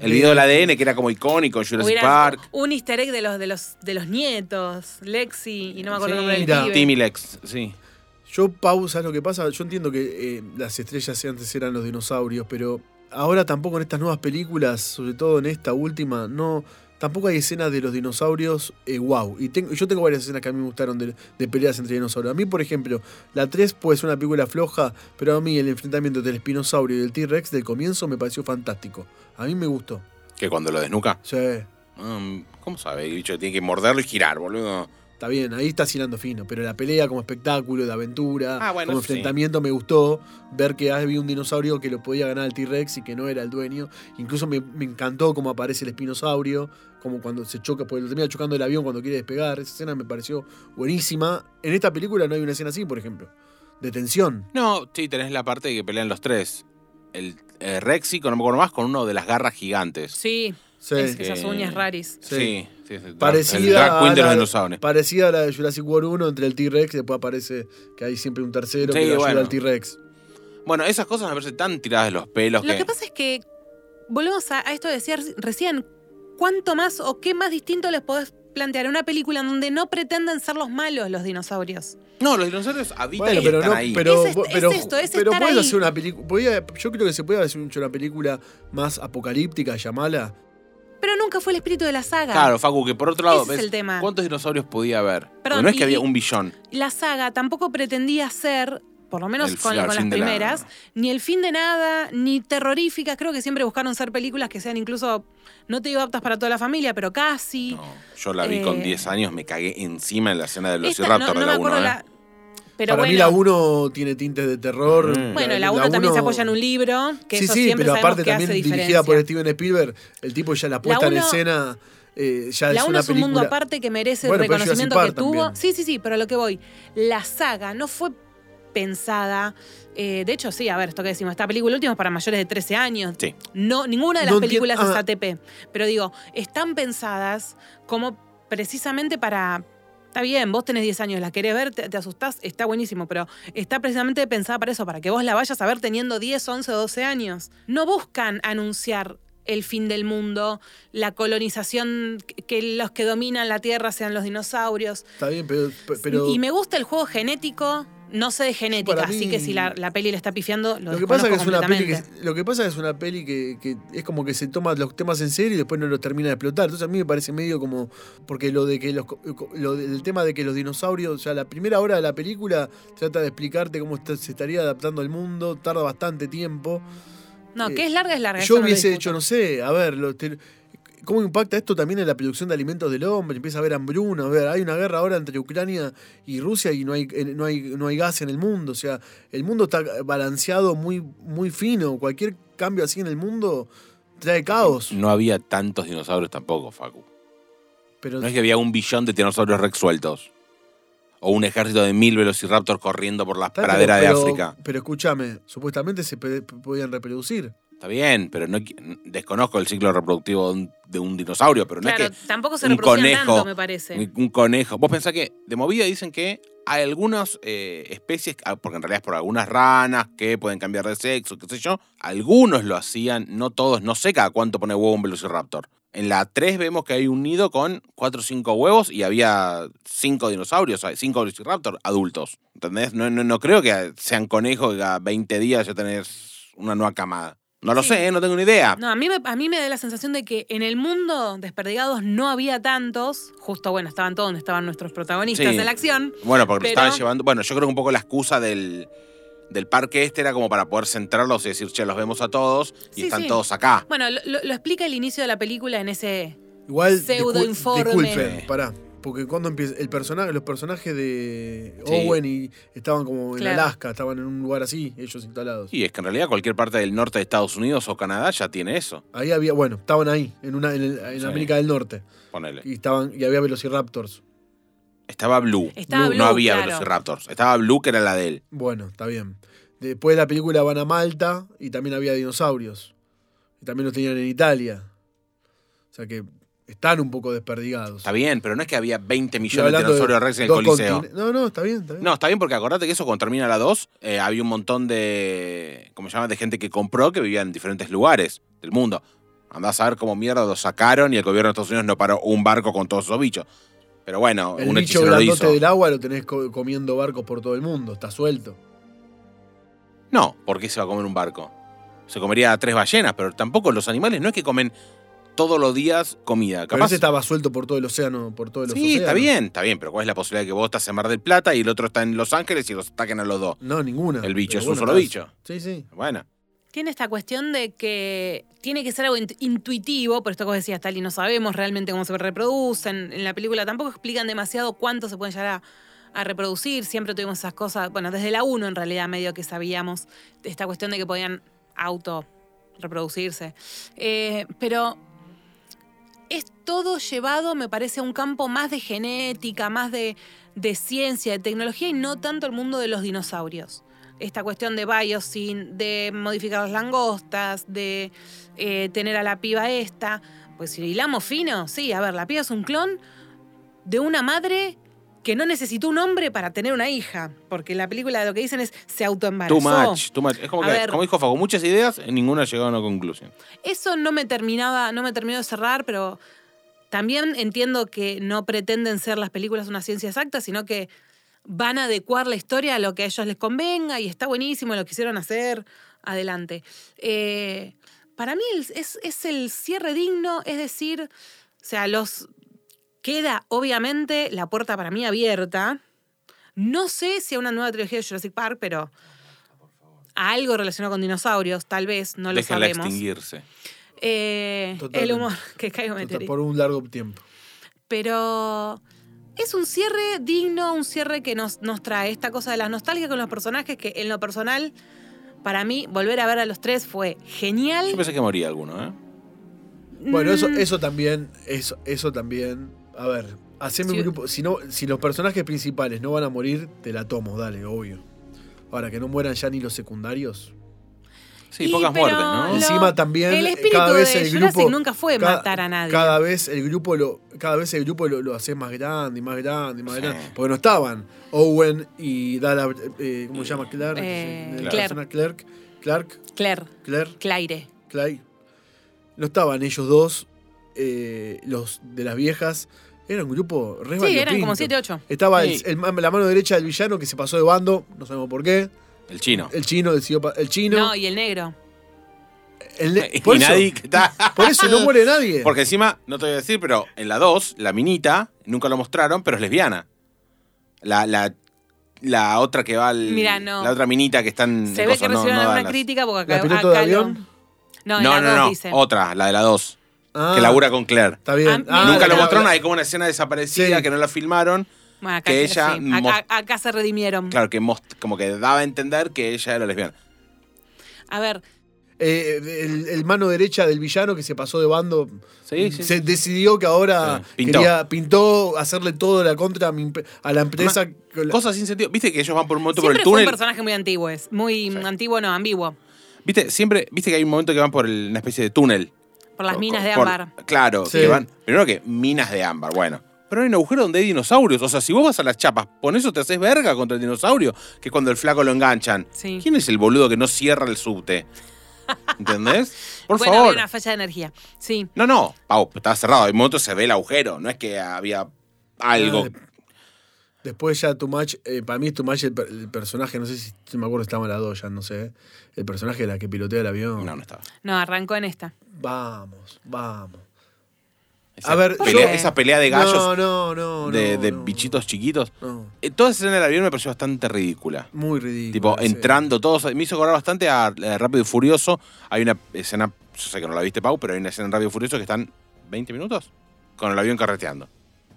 D: El video del ADN, que era como icónico, en Jurassic
A: Hubiera
D: Park.
A: un easter egg de los, de los, de los nietos, Lexi, y no me acuerdo
D: Sí,
A: el nombre
E: mira.
A: del pibe.
D: Timmy Lex, sí.
E: Yo, Pau, ¿sabes lo que pasa? Yo entiendo que eh, las estrellas antes eran los dinosaurios, pero ahora tampoco en estas nuevas películas, sobre todo en esta última, no. Tampoco hay escenas de los dinosaurios eh, wow. Y tengo- yo tengo varias escenas que a mí me gustaron de, de peleas entre dinosaurios. A mí, por ejemplo, la 3 puede ser una película floja, pero a mí el enfrentamiento entre el espinosaurio y el T-Rex del comienzo me pareció fantástico. A mí me gustó.
D: Que cuando lo desnuca.
E: O sea,
D: Mm, ¿Cómo sabe? El bicho tiene que morderlo y girar, boludo.
E: Está bien, ahí está silando fino, pero la pelea como espectáculo, de aventura,
D: Ah, bueno,
E: como
D: eso sí.
E: enfrentamiento me gustó. Ver que había un dinosaurio que lo podía ganar el T-Rex y que no era el dueño. Incluso me, me encantó cómo aparece el espinosaurio, como cuando se choca, porque lo termina chocando el avión cuando quiere despegar. Esa escena me pareció buenísima. En esta película no hay una escena así, por ejemplo, de tensión.
D: No, sí, tenés la parte de que pelean los tres. El eh, Rexy, con no me acuerdo más, con uno de las garras gigantes.
A: Sí,
E: Sí.
A: es-
D: que-
A: esas uñas raris.
D: Sí, sí. sí, el drag- el
E: Parecida
D: drag queen
E: a,
D: de los
E: la,
D: dinosaurios.
E: parecida a la de Jurassic World 1 entre el T-Rex, después aparece que hay siempre un tercero
D: Sí,
E: que lo ayuda
D: bueno.
E: al T-Rex.
D: Bueno, esas cosas me parecen tan tiradas de los pelos
A: Lo que pasa es que volvemos a, a esto de decir recién, ¿cuánto más o qué más distinto les podés plantear a una película en donde no pretenden ser los malos los dinosaurios?
D: No, los dinosaurios habitan
E: Bueno,
D: y
E: pero
D: están
E: no,
D: ahí.
E: pero,
A: Es est- es
E: pero,
A: esto, es
E: pero
A: estar
E: podés
A: ahí.
E: hacer una película. Yo creo que se puede hacer mucho una película más apocalíptica, llamala.
A: Pero nunca fue el espíritu de la saga.
D: Claro, Facu, que por otro lado,
A: Ese es
D: ves,
A: el tema.
D: ¿cuántos dinosaurios podía haber? Porque
A: Perdón,
D: no es que
A: y-
D: había un billón.
A: La saga tampoco pretendía ser, por lo menos
D: El
A: con,
D: fin- al
A: con las
D: fin de la-
A: primeras, ni el fin de nada, ni terroríficas. Creo que siempre buscaron ser películas que sean incluso, no te digo aptas para toda la familia, pero casi.
D: No, yo la vi con
A: Eh,
D: 10 años, me cagué encima en la escena de los
A: Esta-
D: Velociraptor de la ¿eh? 1.
A: la- Pero
E: Para
A: bueno,
E: mí la 1 tiene tintes de terror.
D: Mm.
A: bueno, la 1 también se
E: uno-
A: apoya en un libro, que
E: sí,
A: eso
E: sí,
A: siempre
E: pero
A: sabemos
E: aparte
A: que
E: también
A: hace
E: dirigida por este
A: diferencia.
E: Steven Spielberg, el tipo ya la puesta en
A: uno-
E: escena eh, ya
A: La
E: es
A: 1
E: una
A: es un mundo
E: película.
A: aparte que merece
E: Bueno,
A: el
E: pero Jurassic
A: reconocimiento
E: Park
A: que tuvo.
E: también.
A: Sí, sí, sí, pero a lo que voy. La saga no fue pensada. eh, de hecho, sí, a ver, esto que decimos, esta película última es para mayores de 13 años.
D: Sí.
A: No, ninguna de las
E: No enti-
A: películas es
E: ah.
A: ATP. Pero digo, están pensadas como precisamente para. Está bien, vos tenés 10 años, la querés ver, te, te asustás, está buenísimo, pero está precisamente pensada para eso, para que vos la vayas a ver teniendo 10, 11, 12 años. No buscan anunciar el fin del mundo, la colonización, que- que los que dominan la Tierra sean los dinosaurios.
E: Está bien, pero. pero
A: y me gusta el juego genético, no sé de genética,
E: para mí-
A: así que si la, la peli le está pifiando, lo,
E: Lo que, pasa que es
A: desconozco
E: una peli que,
A: completamente.
E: lo que pasa es una peli que, que es como que se toma los temas en serio y después no los termina de explotar. Entonces a mí me parece medio como. Porque lo de que los, lo del tema de que los dinosaurios, ya la primera hora de la película trata de explicarte cómo está- se estaría adaptando el mundo, tarda bastante tiempo.
A: No,
E: eh,
A: que es larga, es larga. eso
E: Yo
A: no lo
E: hubiese
A: discuto.
E: hecho, no sé, a ver, lo- te- ¿cómo impacta esto también en la producción de alimentos del hombre? Empieza a haber hambruna, a ver, hay una guerra ahora entre Ucrania y Rusia y no hay, eh, no hay, no hay gas en el mundo. O sea, el mundo está balanceado muy, muy fino. Cualquier cambio así en el mundo trae caos.
D: No había tantos dinosaurios tampoco, Facu.
E: Pero
D: No es que había un billón de dinosaurios rex sueltos. O un ejército de mil velociraptors corriendo por las
E: Está, pero-
D: praderas
E: pero-
D: de África.
E: Pero escúchame, supuestamente se pe- podían reproducir.
D: Está bien, pero no, qui- desconozco el ciclo reproductivo de un, de un dinosaurio, pero no
A: Claro,
D: es que
A: tampoco se
D: un
A: reproducían
D: conejo,
A: tanto, me parece.
D: un conejo. Vos pensás que de movida dicen que hay algunas eh, especies, ah, porque en realidad es por algunas ranas que pueden cambiar de sexo, qué sé yo. Algunos lo hacían, no todos, no sé cada cuánto pone huevo un velociraptor. En la 3 vemos que hay un nido con 4 o 5 huevos y había 5 dinosaurios, 5 velociraptor adultos. ¿Entendés? No, no, no creo que sean conejos que a 20 días ya tenés una nueva camada. No lo
A: Sí.
D: sé, ¿eh? no tengo ni idea.
A: No, a mí, me, a mí me da la sensación de que en el mundo desperdigados no había tantos. Justo, bueno, estaban todos donde estaban nuestros protagonistas
D: Sí.
A: de la acción.
D: Bueno, porque lo
A: Pero-
D: estaban llevando. Bueno, yo creo que un poco la excusa del, del parque este era como para poder centrarlos y decir, che, los vemos a todos
A: Sí,
D: y están
A: sí.
D: todos acá.
A: Bueno, lo, lo- lo explica el inicio de la película en ese.
E: Igual, discul-
A: Pseudoinforme.
E: disculpen, pará. Porque cuando empieza el personaje, los personajes de
D: Sí.
E: Owen y estaban como en
A: Claro.
E: Alaska, estaban en un lugar así, ellos instalados.
D: Y es que en realidad cualquier parte del norte de Estados Unidos o Canadá ya tiene eso.
E: Ahí había, bueno, estaban ahí, en una, en, el- en
D: Sí.
E: América del Norte.
D: Ponele.
E: Y estaban, y había Velociraptors.
D: Estaba Blue.
A: Estaba Blue,
D: no había
A: claro.
D: Velociraptors. Estaba Blue, que era la de él.
E: Bueno, está bien. Después de la película van a Malta y también había dinosaurios. Y también los tenían en Italia. O sea que están un poco desperdigados.
D: Está bien, pero no es que había 20
E: Y
D: millones de
E: hablando
D: dinosaurios Rex en el
E: dos
D: Coliseo.
E: continen- No, no, está bien, está bien.
D: No, está bien porque acordate que eso cuando termina la 2, eh, había un montón de, ¿cómo se llama?, de gente que compró que vivía en diferentes lugares del mundo. Andás a ver cómo mierda lo sacaron y el gobierno de Estados Unidos no paró un barco con todos esos bichos. Pero bueno,
E: El
D: un
E: bicho
D: hechicero lo
E: grandote
D: hizo.
E: del agua lo tenés co- comiendo barcos por todo el mundo, está suelto.
D: No, ¿por qué se va a comer un barco? Se comería a tres ballenas, pero tampoco los animales no es que comen todos los días comida.
E: Capaz
D: Capaz
E: estaba suelto por todo el océano, por todo el
D: Sí, está bien, está bien, pero ¿cuál es la posibilidad de que vos estás en Mar del Plata y el otro está en Los Ángeles y los ataquen a los dos?
E: No, ninguna.
D: El bicho
E: Pero
D: es un
E: bueno,
D: solo
E: estás-
D: bicho.
E: Sí, sí.
D: Bueno,
A: Tiene esta cuestión de que tiene que ser algo int- intuitivo, por esto que vos decías, Tali, no sabemos realmente cómo se reproducen. En la película tampoco explican demasiado cuánto se pueden llegar a, a reproducir. Siempre tuvimos esas cosas, bueno, desde la 1 en realidad medio que sabíamos esta cuestión de que podían auto reproducirse. Eh, pero es todo llevado, me parece, a un campo más de genética, más de, de ciencia, de tecnología y no tanto el mundo de los dinosaurios. Esta cuestión de biosyn, de modificar las langostas, de eh, tener a la piba esta. Pues si hilamos fino, sí, a ver, la piba es un clon de una madre que no necesitó un hombre para tener una hija. Porque en la película lo que dicen es se autoembarazó.
D: too much, too much. Es como
A: A
D: que,
A: ver.
D: como dijo Fago, muchas ideas, ninguna llegó a una conclusión.
A: Eso no me terminaba, no me terminó de cerrar, pero también entiendo que no pretenden ser las películas una ciencia exacta, sino que van a adecuar la historia a lo que a ellos les convenga y está buenísimo lo que quisieron hacer. Adelante. Eh, para mí el- es, es el cierre digno, es decir, o sea, los queda obviamente la puerta para mí abierta. No sé si a una nueva trilogía de Jurassic Park, pero a algo relacionado con dinosaurios, tal vez, no lo
D: Déjenla
A: sabemos.
D: extinguirse.
A: Eh,
E: Totalmente.
A: el humor *laughs* que caigo
E: Total,
A: meteorito.
E: por un largo tiempo.
A: Pero es un cierre digno, un cierre que nos, nos trae esta cosa de las nostalgias con los personajes, que en lo personal, para mí, volver a ver a los tres fue
D: Yo
A: genial.
D: pensé que moría alguno, ¿eh?
E: Bueno, eso,
A: Mm,
E: eso también, eso, eso también. A ver, haceme
A: Sí.
E: un grupo. Si, no, si los personajes principales no van a morir, te la tomo, dale, obvio. Ahora, que no mueran ya ni los secundarios.
D: Sí,
A: Y
D: pocas
A: pero
D: muertes, ¿no?
A: lo-
E: Encima también.
A: el
E: eh,
A: espíritu
E: cada vez
A: de
E: el
A: Jurassic
E: grupo,
A: nunca fue
E: cada-
A: matar a nadie.
E: Cada vez el grupo lo, cada vez el grupo lo, lo hace más grande y más grande y más
D: Sí.
E: grande. Porque no estaban Owen y Dala, eh, ¿cómo se llama? Clark.
A: Eh,
E: La
A: Clark.
E: persona Clark. Clark.
A: Claire,
E: Claire.
A: Claire.
E: Clay. No estaban ellos dos, eh, los de las viejas. Era un grupo re
A: Sí, eran
E: variopinto.
A: como 7, 8.
E: Estaba el-
D: Sí.
E: el ma- la mano derecha del villano que se pasó de bando, no sabemos por qué.
D: El chino.
E: El chino decidió. pa- El chino.
A: No, y el negro.
E: el ne-
D: *laughs* Y
E: por, eso,
D: nadie que está-
E: por eso no muere
D: *laughs*
E: nadie.
D: Porque encima, no te voy a decir, pero en la 2, la minita, nunca lo mostraron, pero es lesbiana. La, la, la otra que va al.
A: Mirá, no.
D: La otra minita que está en.
A: Se ve que
D: en Mm, cosa, no-
A: recibieron
D: no dan
A: alguna
D: las-
A: crítica porque
E: ¿La
A: acá,
E: piloto de
A: acá lo-
E: avión?
A: No,
D: No,
A: la
D: no,
A: dos
D: no.
A: dice.
D: Otra, la de la 2.
E: Ah,
D: que labura con Claire.
E: Está bien.
A: Ah,
D: Nunca
A: la-
D: lo
A: la-
D: mostraron, hay como una escena desaparecida
E: Sí.
D: que no la filmaron.
A: Bueno, acá,
D: que
A: sí.
D: ella mos-
A: acá, acá se redimieron.
D: Claro, que most- como que daba a entender que ella era lesbiana.
A: A ver,
E: Eh, el, el mano derecha del villano que se pasó de bando.
D: Sí, sí.
E: Se decidió que ahora
D: Sí, pintó.
E: quería- pintó hacerle todo la contra a, mi imp- a la empresa. con la-
D: Cosas sin sentido. Viste que ellos van por un momento
A: siempre fue
D: por
A: un
D: el túnel.
A: personaje muy antiguo, es muy
D: Sí.
A: antiguo, no, ambiguo.
D: Viste, siempre, viste que hay un momento que van por el- una especie de túnel.
A: Por las
D: Co-
A: minas
D: co-
A: de
D: por-
A: ámbar.
D: claro,
E: Sí.
D: que van. Primero que minas de ámbar, bueno. Pero hay un agujero donde hay dinosaurios. O sea, si vos vas a las chapas, pon eso te haces verga contra el dinosaurio, que es cuando el flaco lo enganchan.
A: Sí.
D: ¿Quién es el boludo que no cierra el subte?
A: *laughs*
D: ¿Entendés? Por
A: bueno,
D: favor.
A: había una falla de energía. Sí.
D: No, no. Pau, estaba cerrado. En un momento se ve el agujero. No es que había algo.
E: Ah, Después ya Tumach, eh, para mí es Tumach el, per- el personaje, no sé si si me acuerdo, estaba en la dos ya, no sé. El personaje de la que pilotea el avión.
D: No, no estaba.
A: No, arrancó en esta.
E: Vamos, vamos.
D: Esa
E: A ver, yo-
D: pelea- esa pelea de gallos.
E: No, no, no.
D: de,
E: no,
D: de
E: no.
D: bichitos chiquitos.
E: No,
D: Eh, Toda esa escena del avión me pareció bastante ridícula.
E: muy ridículo.
D: Tipo,
E: sí.
D: entrando todos. Me hizo acordar bastante a eh, Rápido y Furioso. Hay una escena, yo sé que no la viste, Pau, pero hay una escena en Rápido y Furioso que están 20 minutos con el avión carreteando.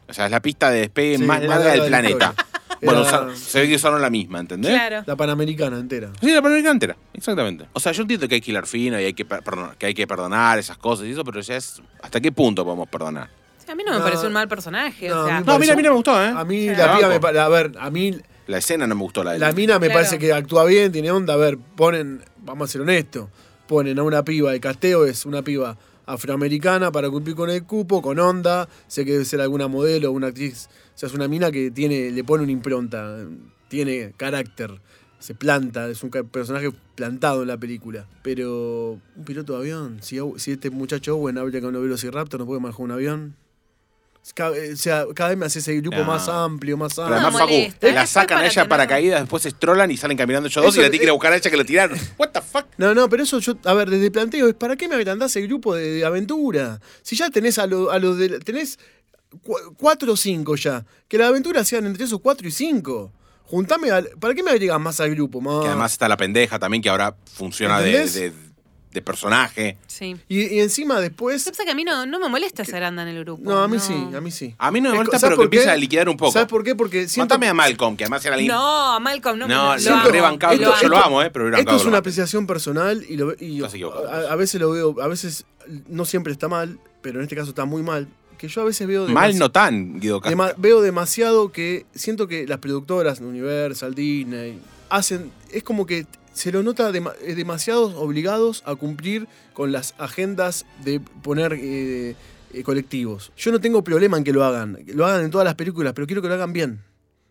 D: O sea, es la pista de despegue
E: Sí,
D: más larga del planeta.
E: historia.
D: *laughs* Bueno,
E: Era
D: usa- se ve que usaron la misma, ¿entendés?
A: Claro.
E: La Panamericana entera.
D: Sí, la primera entera, exactamente. O sea, yo entiendo que hay que hilar fino y hay que, per- perdón, que hay que perdonar esas cosas y eso, pero ya es. ¿Hasta qué punto podemos perdonar?
A: Sí, A mí no me
E: No.
A: pareció un mal personaje.
E: No,
A: o sea,
E: a mí
D: No,
E: Bueno,
D: mira,
E: yo-
D: mira, me gustó, ¿eh?
E: A mí
D: Claro.
E: la piba me pa- A ver, a mí
D: La escena no me gustó, la de
E: la mina me
A: Claro.
E: parece que actúa bien, tiene onda. A ver, ponen, vamos a ser honestos, ponen a una piba de casteo, es una piba afroamericana para cumplir con el cupo, con onda. Sé que debe ser alguna modelo, una actriz. O sea, es una mina que tiene, le pone una impronta, tiene carácter, se planta, es un ca- personaje plantado en la película. Pero un piloto de avión, si, Ow- si este muchacho Owen habla con un velociraptor, no puede manejar un avión. Es ca- eh, O sea, cada vez me hace ese grupo
D: No.
E: más amplio, más
D: Pero
E: amplio.
D: además,
A: No
D: Facu,
A: molesta.
D: la
A: Es
D: sacan a
A: para
D: ella
A: tener-
D: para caídas, después se estrolan y salen caminando ellos dos y
E: Eso-
D: la tiene que ir a buscar a ella que la tiraron. ¿What the fuck?
E: No, no, pero eso yo, a ver, desde el planteo es ¿para qué me agrandás el grupo de, de aventura? Si ya tenés a los a los de. tenés cua- cuatro o cinco ya. Que las aventuras sean entre esos cuatro y cinco. Juntame al- ¿Para qué me agregás más al grupo? más?
D: Que además está la pendeja también, que ahora funciona de,
E: ¿Entendés?
D: de- de personaje.
A: sí.
E: Y, y encima después.
A: Se pasa que a mí no, no me molesta esa granda en el grupo.
E: No, a mí sí, a mí sí.
D: A mí no me
E: Es-
D: molesta, pero
E: ¿sabes
D: que
E: por qué?
D: empieza a liquidar un poco.
E: ¿Sabes por qué? Porque siento.
D: Mátame a Malcolm, que además era alguien.
A: No, Malcolm, no.
D: No,
A: lo
D: siento-
A: amo.
D: rebancado,
A: Lo
D: yo lo
A: amo.
D: amo, eh, pero hubiera
E: Esto
D: bancado
E: es
D: que lo
E: una
D: maten.
E: apreciación personal y, lo, ve- y
D: Estás equivocado.
E: a, a veces lo veo, a veces no siempre está mal, pero en este caso está muy mal. Que yo a veces veo.
D: Mal
E: demasi-
D: no tan, Guido Casca.
E: Dema- veo demasiado que siento que las productoras Universal, Disney, hacen. Es como que se lo nota dema- eh, demasiados obligados a cumplir con las agendas de poner eh, eh, colectivos. Yo no tengo problema en que lo hagan. que Lo hagan en todas las películas, pero quiero que lo hagan bien.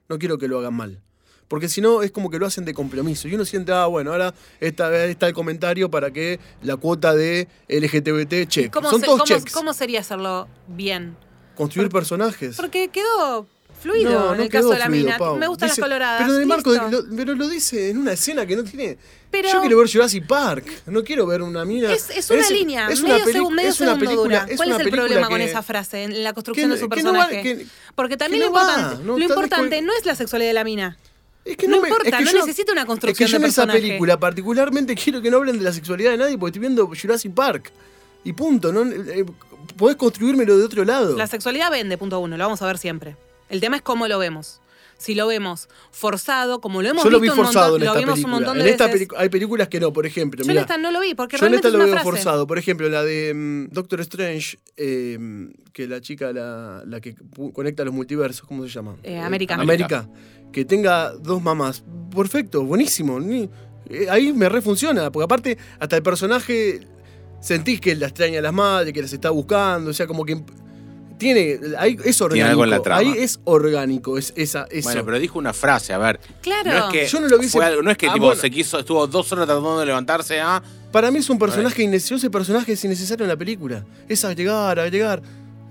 E: No quiero que lo hagan mal. Porque si no, es como que lo hacen de compromiso. Y uno siente, ah, bueno, ahora está, está el comentario para que la cuota de LGTBT check.
A: ¿Cómo,
E: Son
A: se-
E: todos
A: cómo-
E: checks.
A: cómo sería hacerlo bien?
E: Construir personajes.
A: Porque quedó fluido en el
E: quedó
A: caso de la
E: fluido,
A: mina.
E: Pau.
A: Me gustan
E: Dice-
A: las coloradas.
E: Pero de Marco,
A: listo.
E: lo, pero lo dice en una escena que no tiene.
A: Pero-
E: yo quiero ver Jurassic Park. No quiero ver una mina.
A: Es, es una línea, medio,
E: peli-
A: segu- medio
E: es una
A: segundo
E: película-
A: dura.
E: es
A: ¿Cuál
E: una
A: es el
E: película
A: problema con
E: que-
A: esa frase en la construcción
E: que-
A: de su
E: que no va-
A: personaje?
E: que-
A: Porque también
E: que
A: lo
E: no va,
A: importante,
E: no,
A: lo
E: tal vez
A: importante
E: cual-
A: no es la sexualidad de la mina.
E: Es que
A: No
E: no, me-
A: importa,
E: es que
A: no
E: yo
A: necesito una
E: Es que
A: construcción
E: yo en
A: de
E: esa
A: personaje.
E: película particularmente quiero que no hablen de la sexualidad de nadie porque estoy viendo Jurassic Park. Y punto. ¿no? Eh, podés construírmelo de otro lado.
A: La sexualidad vende, punto uno, lo vamos a ver siempre. El tema es cómo lo vemos. Si lo vemos forzado, como lo hemos
E: Yo lo vi
A: visto
E: forzado
A: un montón,
E: en esta
A: lo vimos
E: película.
A: un montón de
E: en esta
A: veces.
E: pelicu- hay películas que no, por ejemplo.
A: Yo en
E: mirá.
A: esta no lo vi, porque
E: Yo en
A: realmente
E: esta
A: es
E: lo
A: una
E: veo
A: frase.
E: forzado. Por ejemplo, la de mm, Doctor Strange, eh, que la chica, la, la que pu- conecta los multiversos, ¿cómo se llama?
A: Eh, América.
E: América. Que tenga dos mamás. Perfecto, buenísimo. Ni- eh, ahí me refunciona, porque aparte, hasta el personaje sentís que la extraña a las madres, que las está buscando, o sea, como que. Tiene, ahí es orgánico.
D: Tiene algo en la trama.
E: Ahí es orgánico, es, esa, eso.
D: Bueno, pero dijo una frase, a ver.
A: Claro.
D: No es que,
E: Yo no lo hubiese-
D: fue algo- no es que
E: Ah,
D: tipo,
E: bueno.
D: se quiso, estuvo dos horas tratando de levantarse ah, a.
E: Para mí es un personaje innecesario. Ese personaje es innecesario en la película. Es agregar, agregar.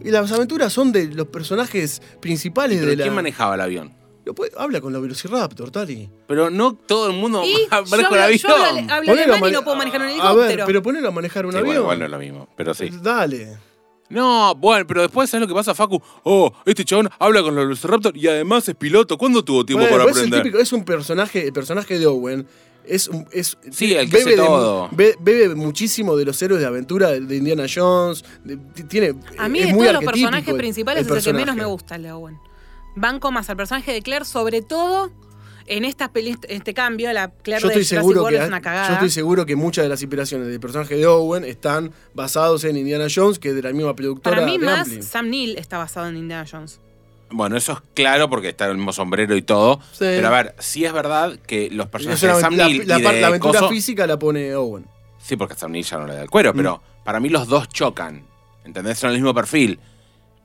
E: Y las aventuras son de los personajes principales
D: ¿Pero
E: de la.
D: ¿Quién manejaba el avión?
E: Lo puede- Habla con la Velociraptor, Tali.
D: Pero no todo el mundo
E: *laughs*
D: *laughs*
A: Y yo
D: maneja
A: hablo,
D: el avión.
A: yo hablo- hablo
E: Ponelo a
A: alemán y
E: mane-
A: no puedo manejar un
E: A
A: helicóptero.
E: ver, pero ponerlo a manejar un
D: Sí,
E: avión.
D: bueno, igual no es lo mismo, pero sí.
E: Dale.
D: No, bueno, pero después, ¿sabes lo que pasa, Facu? Oh, este chabón habla con los Velociraptor y además es piloto. ¿Cuándo tuvo tiempo
E: Bueno, pues
D: para
E: es, el
D: aprender?
E: típico- es un personaje, el personaje de Owen. Es un- es,
D: Sí, el que hace
E: de mu-
D: todo.
E: be- bebe muchísimo de los héroes de aventura de- de Indiana Jones. de- t- tiene,
A: A mí
E: es
A: de
E: muy
A: todos los
E: arquetípico
A: personajes
E: el-
A: principales
E: el
A: es el que menos
E: personaje.
A: me gusta, el de Owen. Banco más al personaje de Claire, sobre todo en estas peli- este cambio, la Claire
E: Yo
A: de
E: estoy,
A: Jurassic
E: seguro
A: World
E: que,
A: es una cagada.
E: yo estoy seguro que muchas de las inspiraciones del personaje de Owen están basados en Indiana Jones, que es de la misma productora
A: Para mí
E: de
A: más,
E: Amblin.
A: Sam Neill está basado en Indiana Jones.
D: Bueno, eso es claro porque está el mismo sombrero y todo.
E: Sí.
D: Pero a ver, sí es verdad que los personajes
E: Es una-
D: de Sam
E: la,
D: Neill
E: la
D: y
E: par-
D: de
E: la aventura
D: Coso-
E: física Mm. la pone Owen.
D: Sí, porque a Sam Neill ya no le da el cuero, pero para mí los dos chocan. ¿Entendés? Son el mismo perfil.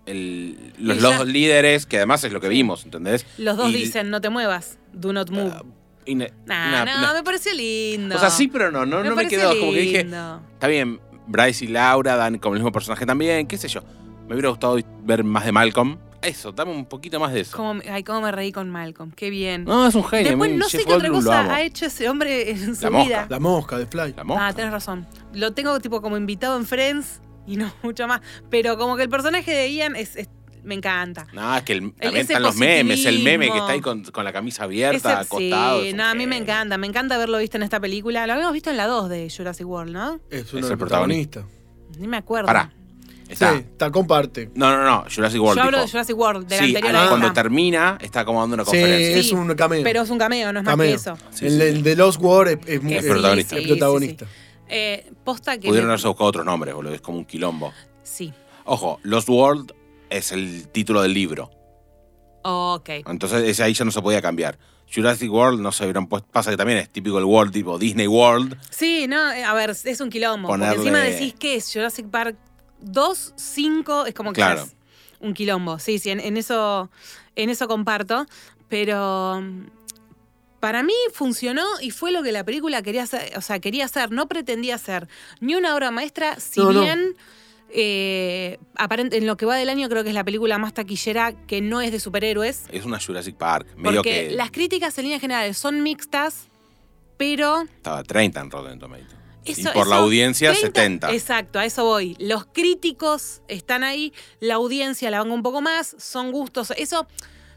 D: El- los,
A: Y
D: los
A: ya-
D: dos líderes, que además es lo que vimos, ¿entendés?
A: Los dos
D: Y-
A: dicen, no te muevas, do not move.
E: Ah,
D: y ne-
A: nah,
D: na-
A: no,
D: na-
A: me pareció lindo.
D: O sea, sí, pero no, no no me,
A: pareció
D: quedó. Como que dije,
A: lindo.
D: está bien, Bryce y Laura dan como el mismo personaje también, qué sé yo. Me hubiera gustado ver más de Malcolm. Eso, dame un poquito más de eso.
A: Cómo me- ay, cómo me reí con Malcolm, qué bien.
D: No, es un genio. a
A: Después
D: mí
A: no
D: Jeff
A: sé qué otra
D: Goldblum lo
A: cosa
D: amo.
A: ha hecho ese hombre en su
D: La mosca.
A: vida.
E: La mosca de Fly.
D: La mosca.
A: Ah, tenés razón. Lo tengo tipo como invitado en Friends y no *laughs* mucho más. Pero como que el personaje de Ian es, es- me encanta.
D: No, es que el- también
A: ese
D: están los memes, el meme que
A: positivismo.
D: está ahí con, con la camisa abierta,
A: Ese-
D: acostado.
A: sí,
D: es un
A: no, a mí me
D: genio.
A: encanta. Me encanta haberlo visto en esta película. Lo habíamos visto en la 2 de Jurassic World, ¿no?
E: Es
D: Es
E: uno
D: el
E: de los protagonistas.
A: Ni me acuerdo.
D: Pará. Está.
E: Sí, está, comparte.
D: No, no, no, Jurassic World.
A: Yo hablo
D: tipo.
A: de Jurassic World, de la
D: sí,
A: anterior
D: al-
A: a
E: la
D: cuando
A: esta.
D: termina, está como dando una
E: Sí,
D: conferencia.
E: es un cameo.
A: Pero es un cameo, no es más
E: Cameo.
A: que eso.
D: Sí,
E: el,
D: sí.
E: el de Lost War es, es muy-
D: Es
E: es-
D: protagonista.
E: es
A: Sí, sí,
E: protagonista.
A: Eh, posta que.
D: Pudieron
A: me-
D: haberse buscado otros nombres, boludo. Es como un quilombo.
A: Sí.
D: Ojo, Lost World es el título del libro.
A: Ok.
D: Entonces ese ahí ya no se podía cambiar. Jurassic World no se hubieran puesto. Pasa que también es típico el World, tipo Disney World.
A: Sí, no, eh, a ver, es un quilombo.
D: Ponerle-
A: Porque encima decís que es Jurassic Park 2, 5, es como que
D: Claro.
A: es un quilombo. Sí, sí, en, en eso, en eso comparto. Pero mm, para mí funcionó y fue lo que la película quería hacer, o sea, quería hacer, no pretendía hacer ni una obra maestra, si
E: No, no.
A: bien. eh, aparent- en lo que va del año creo que es la película más taquillera que no es de superhéroes.
D: Es una Jurassic Park. Medio
A: Porque
D: que
A: las críticas en líneas generales son mixtas, pero
D: estaba 30 en Rotten Tomatoes. Y
A: eso-
D: por la
A: eso-
D: audiencia,
A: 30
D: 70.
A: Exacto, a eso voy. Los críticos están ahí, la audiencia la van un poco más, son gustos. Eso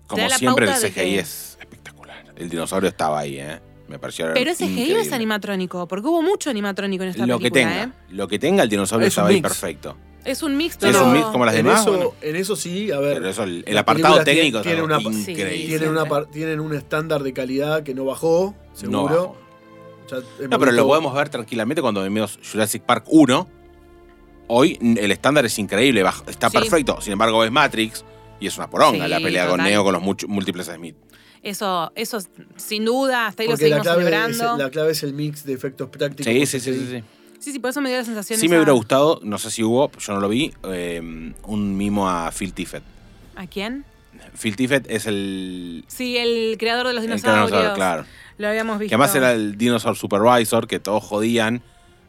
D: Como
A: da la
D: siempre, el
A: pauta de
D: CGI
A: que-
D: es espectacular. El dinosaurio estaba ahí, ¿eh? Me pareció.
A: Pero ese GI
D: increíble.
A: es animatrónico, porque hubo mucho animatrónico en esta
D: Lo que
A: película.
D: tenga. Lo que tenga, el dinosaurio
E: Es un
D: estaba ahí
E: mix.
D: perfecto.
A: ¿eh? Es un mix,
D: Es
A: pero.
D: un mix como las
E: en,
D: demás.
E: eso,
D: bueno.
E: en eso sí, a ver.
D: Pero eso, el, el
E: la
D: apartado
E: película tiene-
D: técnico
E: tiene
D: es algo
E: una-
D: increíble.
A: Sí,
E: tienen, una,
A: siempre.
E: par- tienen un estándar de calidad que no bajó,
D: No
E: seguro.
D: bajó.
E: Ya hemos
D: No, pero
E: visto-
D: lo podemos ver tranquilamente cuando vemos Jurassic Park 1. Hoy n- el estándar es increíble, bajo- está
A: Sí.
D: perfecto. Sin embargo, ves Matrix y es una poronga
A: Sí,
D: la pelea con
A: total.
D: Neo con los much- múltiples Smith.
A: Eso, eso, sin duda, hasta ahí lo
E: Porque la
A: seguimos
E: clave, es,
A: celebrando.
E: la clave es el mix de efectos prácticos.
D: Sí, sí, sí, sí, sí.
A: Sí, sí, por eso me dio la sensación.
D: Sí me
A: esa-
D: hubiera gustado, no sé si hubo, yo no lo vi, eh, un mimo a Phil Tippett.
A: ¿A quién?
D: Phil Tippett es el...
A: Sí, el creador de los
D: el
A: dinosaurios.
D: tiranosaurio, claro.
A: Lo habíamos visto.
D: Que además era el Dinosaur Supervisor, que todos jodían.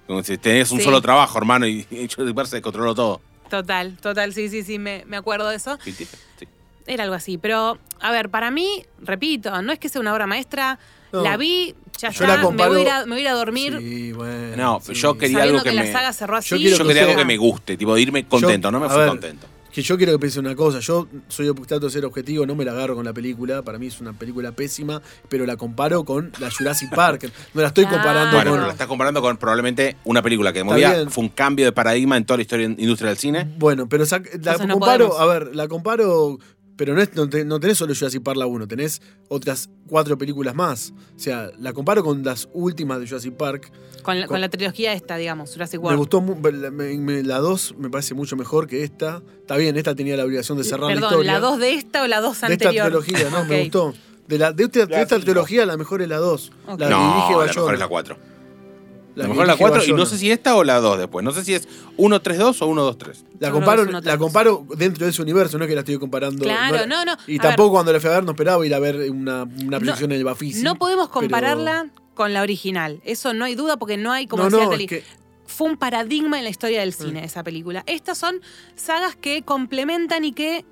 D: Como si tenés un
A: Sí.
D: solo trabajo, hermano, y, *laughs* y Jurassic Park se descontroló todo.
A: Total, total, sí, sí, sí, me, me acuerdo de eso.
D: Phil Tippett, sí.
A: Era algo así. Pero, a ver, para mí, repito, no es que sea una obra maestra.
E: No.
A: La vi, ya
E: Yo
A: está,
E: la
A: me,
E: comparo-
A: voy a ir a, me voy a ir a dormir
E: Sí, bueno,
D: No,
E: sí.
D: yo quería-
A: sabiendo
D: algo
A: que,
D: que
A: la
D: me-
A: saga cerró así.
E: Yo quiero
D: Yo
E: que
D: quería
E: sea-
D: algo que me guste, tipo irme contento, no me
E: a
D: fui
E: ver,
D: contento.
E: Que yo quiero que piense una cosa. Yo soy obstacto de ser objetivo, no me la agarro con la película. Para mí es una película pésima, pero la comparo con
A: *laughs*
E: la Jurassic Park. No la estoy
A: Claro.
E: comparando
D: Bueno,
E: con.
D: pero la estás comparando con probablemente una película que
E: Está
D: movía,
E: bien.
D: fue un cambio de paradigma en toda la historia de industria del cine.
E: Bueno, pero sac- la
A: Entonces no
E: comparo,
A: podemos.
E: a ver, la comparo, pero no, es, no, te- no tenés solo Jurassic Park la 1, tenés otras cuatro películas más. O sea, la comparo con las últimas de Jurassic Park.
A: Con, la, con
E: con-
A: la trilogía esta, digamos, Jurassic
E: Me
A: World.
E: gustó, mu- la- me- me- la 2 me parece mucho mejor que esta. Está bien, esta tenía la obligación de cerrar la
A: Perdón,
E: historia.
A: ¿la dos de esta o la dos
E: de esta
A: anterior? *laughs*
E: trilogía, no,
A: Ok.
E: me gustó. De, la, de, esta- de esta
D: cinco.
E: trilogía la mejor es la 2.
A: Ok.
E: La dirige
D: no, la
E: Bayona.
D: mejor es la 4. La, mejor es la
E: dirige
D: 4 y no
E: Bayona.
D: sé si esta o la 2 después. No sé si es 1-3-2 o 1-2-3.
E: La
A: Yo creo que
E: comparo,
A: es una
E: la
A: otra
E: comparo dentro de ese universo, no es que la estoy comparando.
A: Claro,
E: era-
A: no, no,
E: Y
A: a
E: tampoco
A: ver.
E: cuando la fui a ver no esperaba ir a ver una, una proyección en el Bafisi.
A: No podemos
E: pero-
A: compararla con la original. Eso no hay duda porque no hay, como
E: no,
A: decía
E: no,
A: Tali,
E: es que-
A: fue un paradigma en la historia del
E: Mm.
A: cine, esa película. Estas son sagas que complementan y que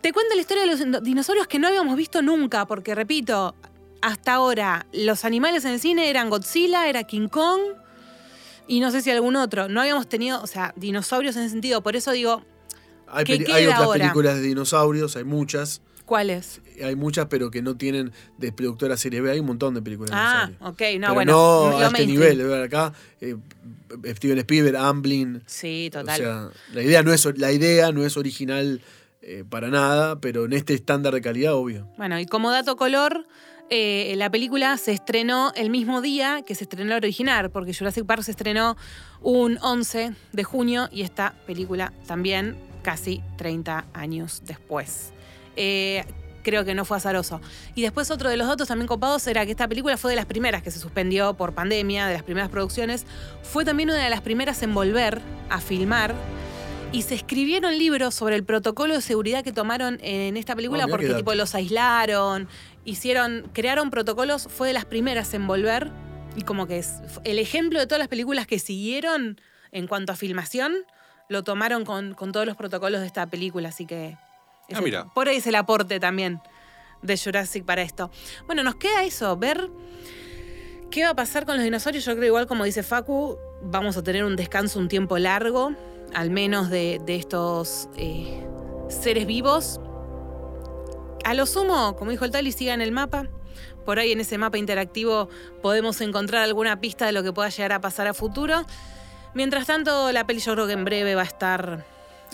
A: te cuentan la historia de los dino- dinosaurios que no habíamos visto nunca, porque repito, hasta ahora los animales en el cine eran Godzilla, era King Kong y no sé si algún otro. No habíamos tenido, o sea, dinosaurios en ese sentido. Por eso digo,
E: hay,
A: ¿qué
E: peli-
A: queda
E: hay otras
A: ahora?
E: películas de dinosaurios, hay muchas,
A: ¿cuáles?
E: hay muchas, pero que no tienen de productora serie B, hay un montón de películas de
A: Ah,
E: dinosaurios.
A: ok, no,
E: Pero
A: bueno.
E: no
A: lo
E: a este
A: mainstream.
E: nivel, de ver acá, eh, Steven Spielberg, Amblin.
A: Sí,
E: O
A: total.
E: sea, la idea no es, la idea no es original eh, para nada, pero en este estándar de calidad, obvio.
A: Bueno, y como dato color, eh, la película se estrenó el mismo día que se estrenó la original, porque Jurassic Park se estrenó un 11 de junio y esta película también casi 30 años después. Eh, creo que no fue azaroso. Y después otro de los datos también copados era que esta película fue de las primeras que se suspendió por pandemia, de las primeras producciones. Fue también una de las primeras en volver a filmar. Y se escribieron libros sobre el protocolo de seguridad que tomaron en esta película
E: Ah, mirá
A: porque
E: qué
A: tipo
E: dato.
A: los aislaron, hicieron, crearon protocolos, fue de las primeras en volver. Y como que es el ejemplo de todas las películas que siguieron en cuanto a filmación, lo tomaron con, con todos los protocolos de esta película, así que... ese-
D: mira.
A: Por ahí es el aporte también de Jurassic para esto. Bueno, nos queda eso, ver qué va a pasar con los dinosaurios. Yo creo igual, como dice Facu, vamos a tener un descanso un tiempo largo, al menos de, de estos eh, seres vivos. A lo sumo, como dijo el Tali, sigan el mapa. Por ahí en ese mapa interactivo podemos encontrar alguna pista de lo que pueda llegar a pasar a futuro. Mientras tanto, la peli yo creo que en breve va a estar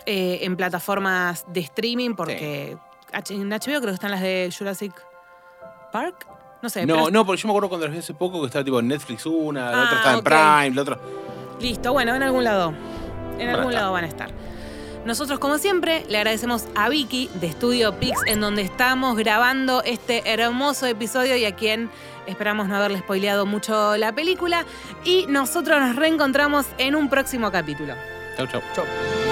A: eh, en plataformas de streaming porque H- en HBO creo que están las de Jurassic Park. No sé,
D: No,
A: pero-
D: no, porque yo me acuerdo cuando las vi hace poco que estaba tipo en Netflix una, la
A: Ah,
D: otra estaba en
A: ok.
D: Prime, la otra.
A: Listo, bueno, en algún lado. En
D: a
A: algún
D: estar.
A: lado van a estar. Nosotros, como siempre, le agradecemos a Vicky de Studio Pix, en donde estamos grabando este hermoso episodio y a quien esperamos no haberle spoileado mucho la película. Y nosotros nos reencontramos en un próximo capítulo.
D: Chau, chau.
E: Chau.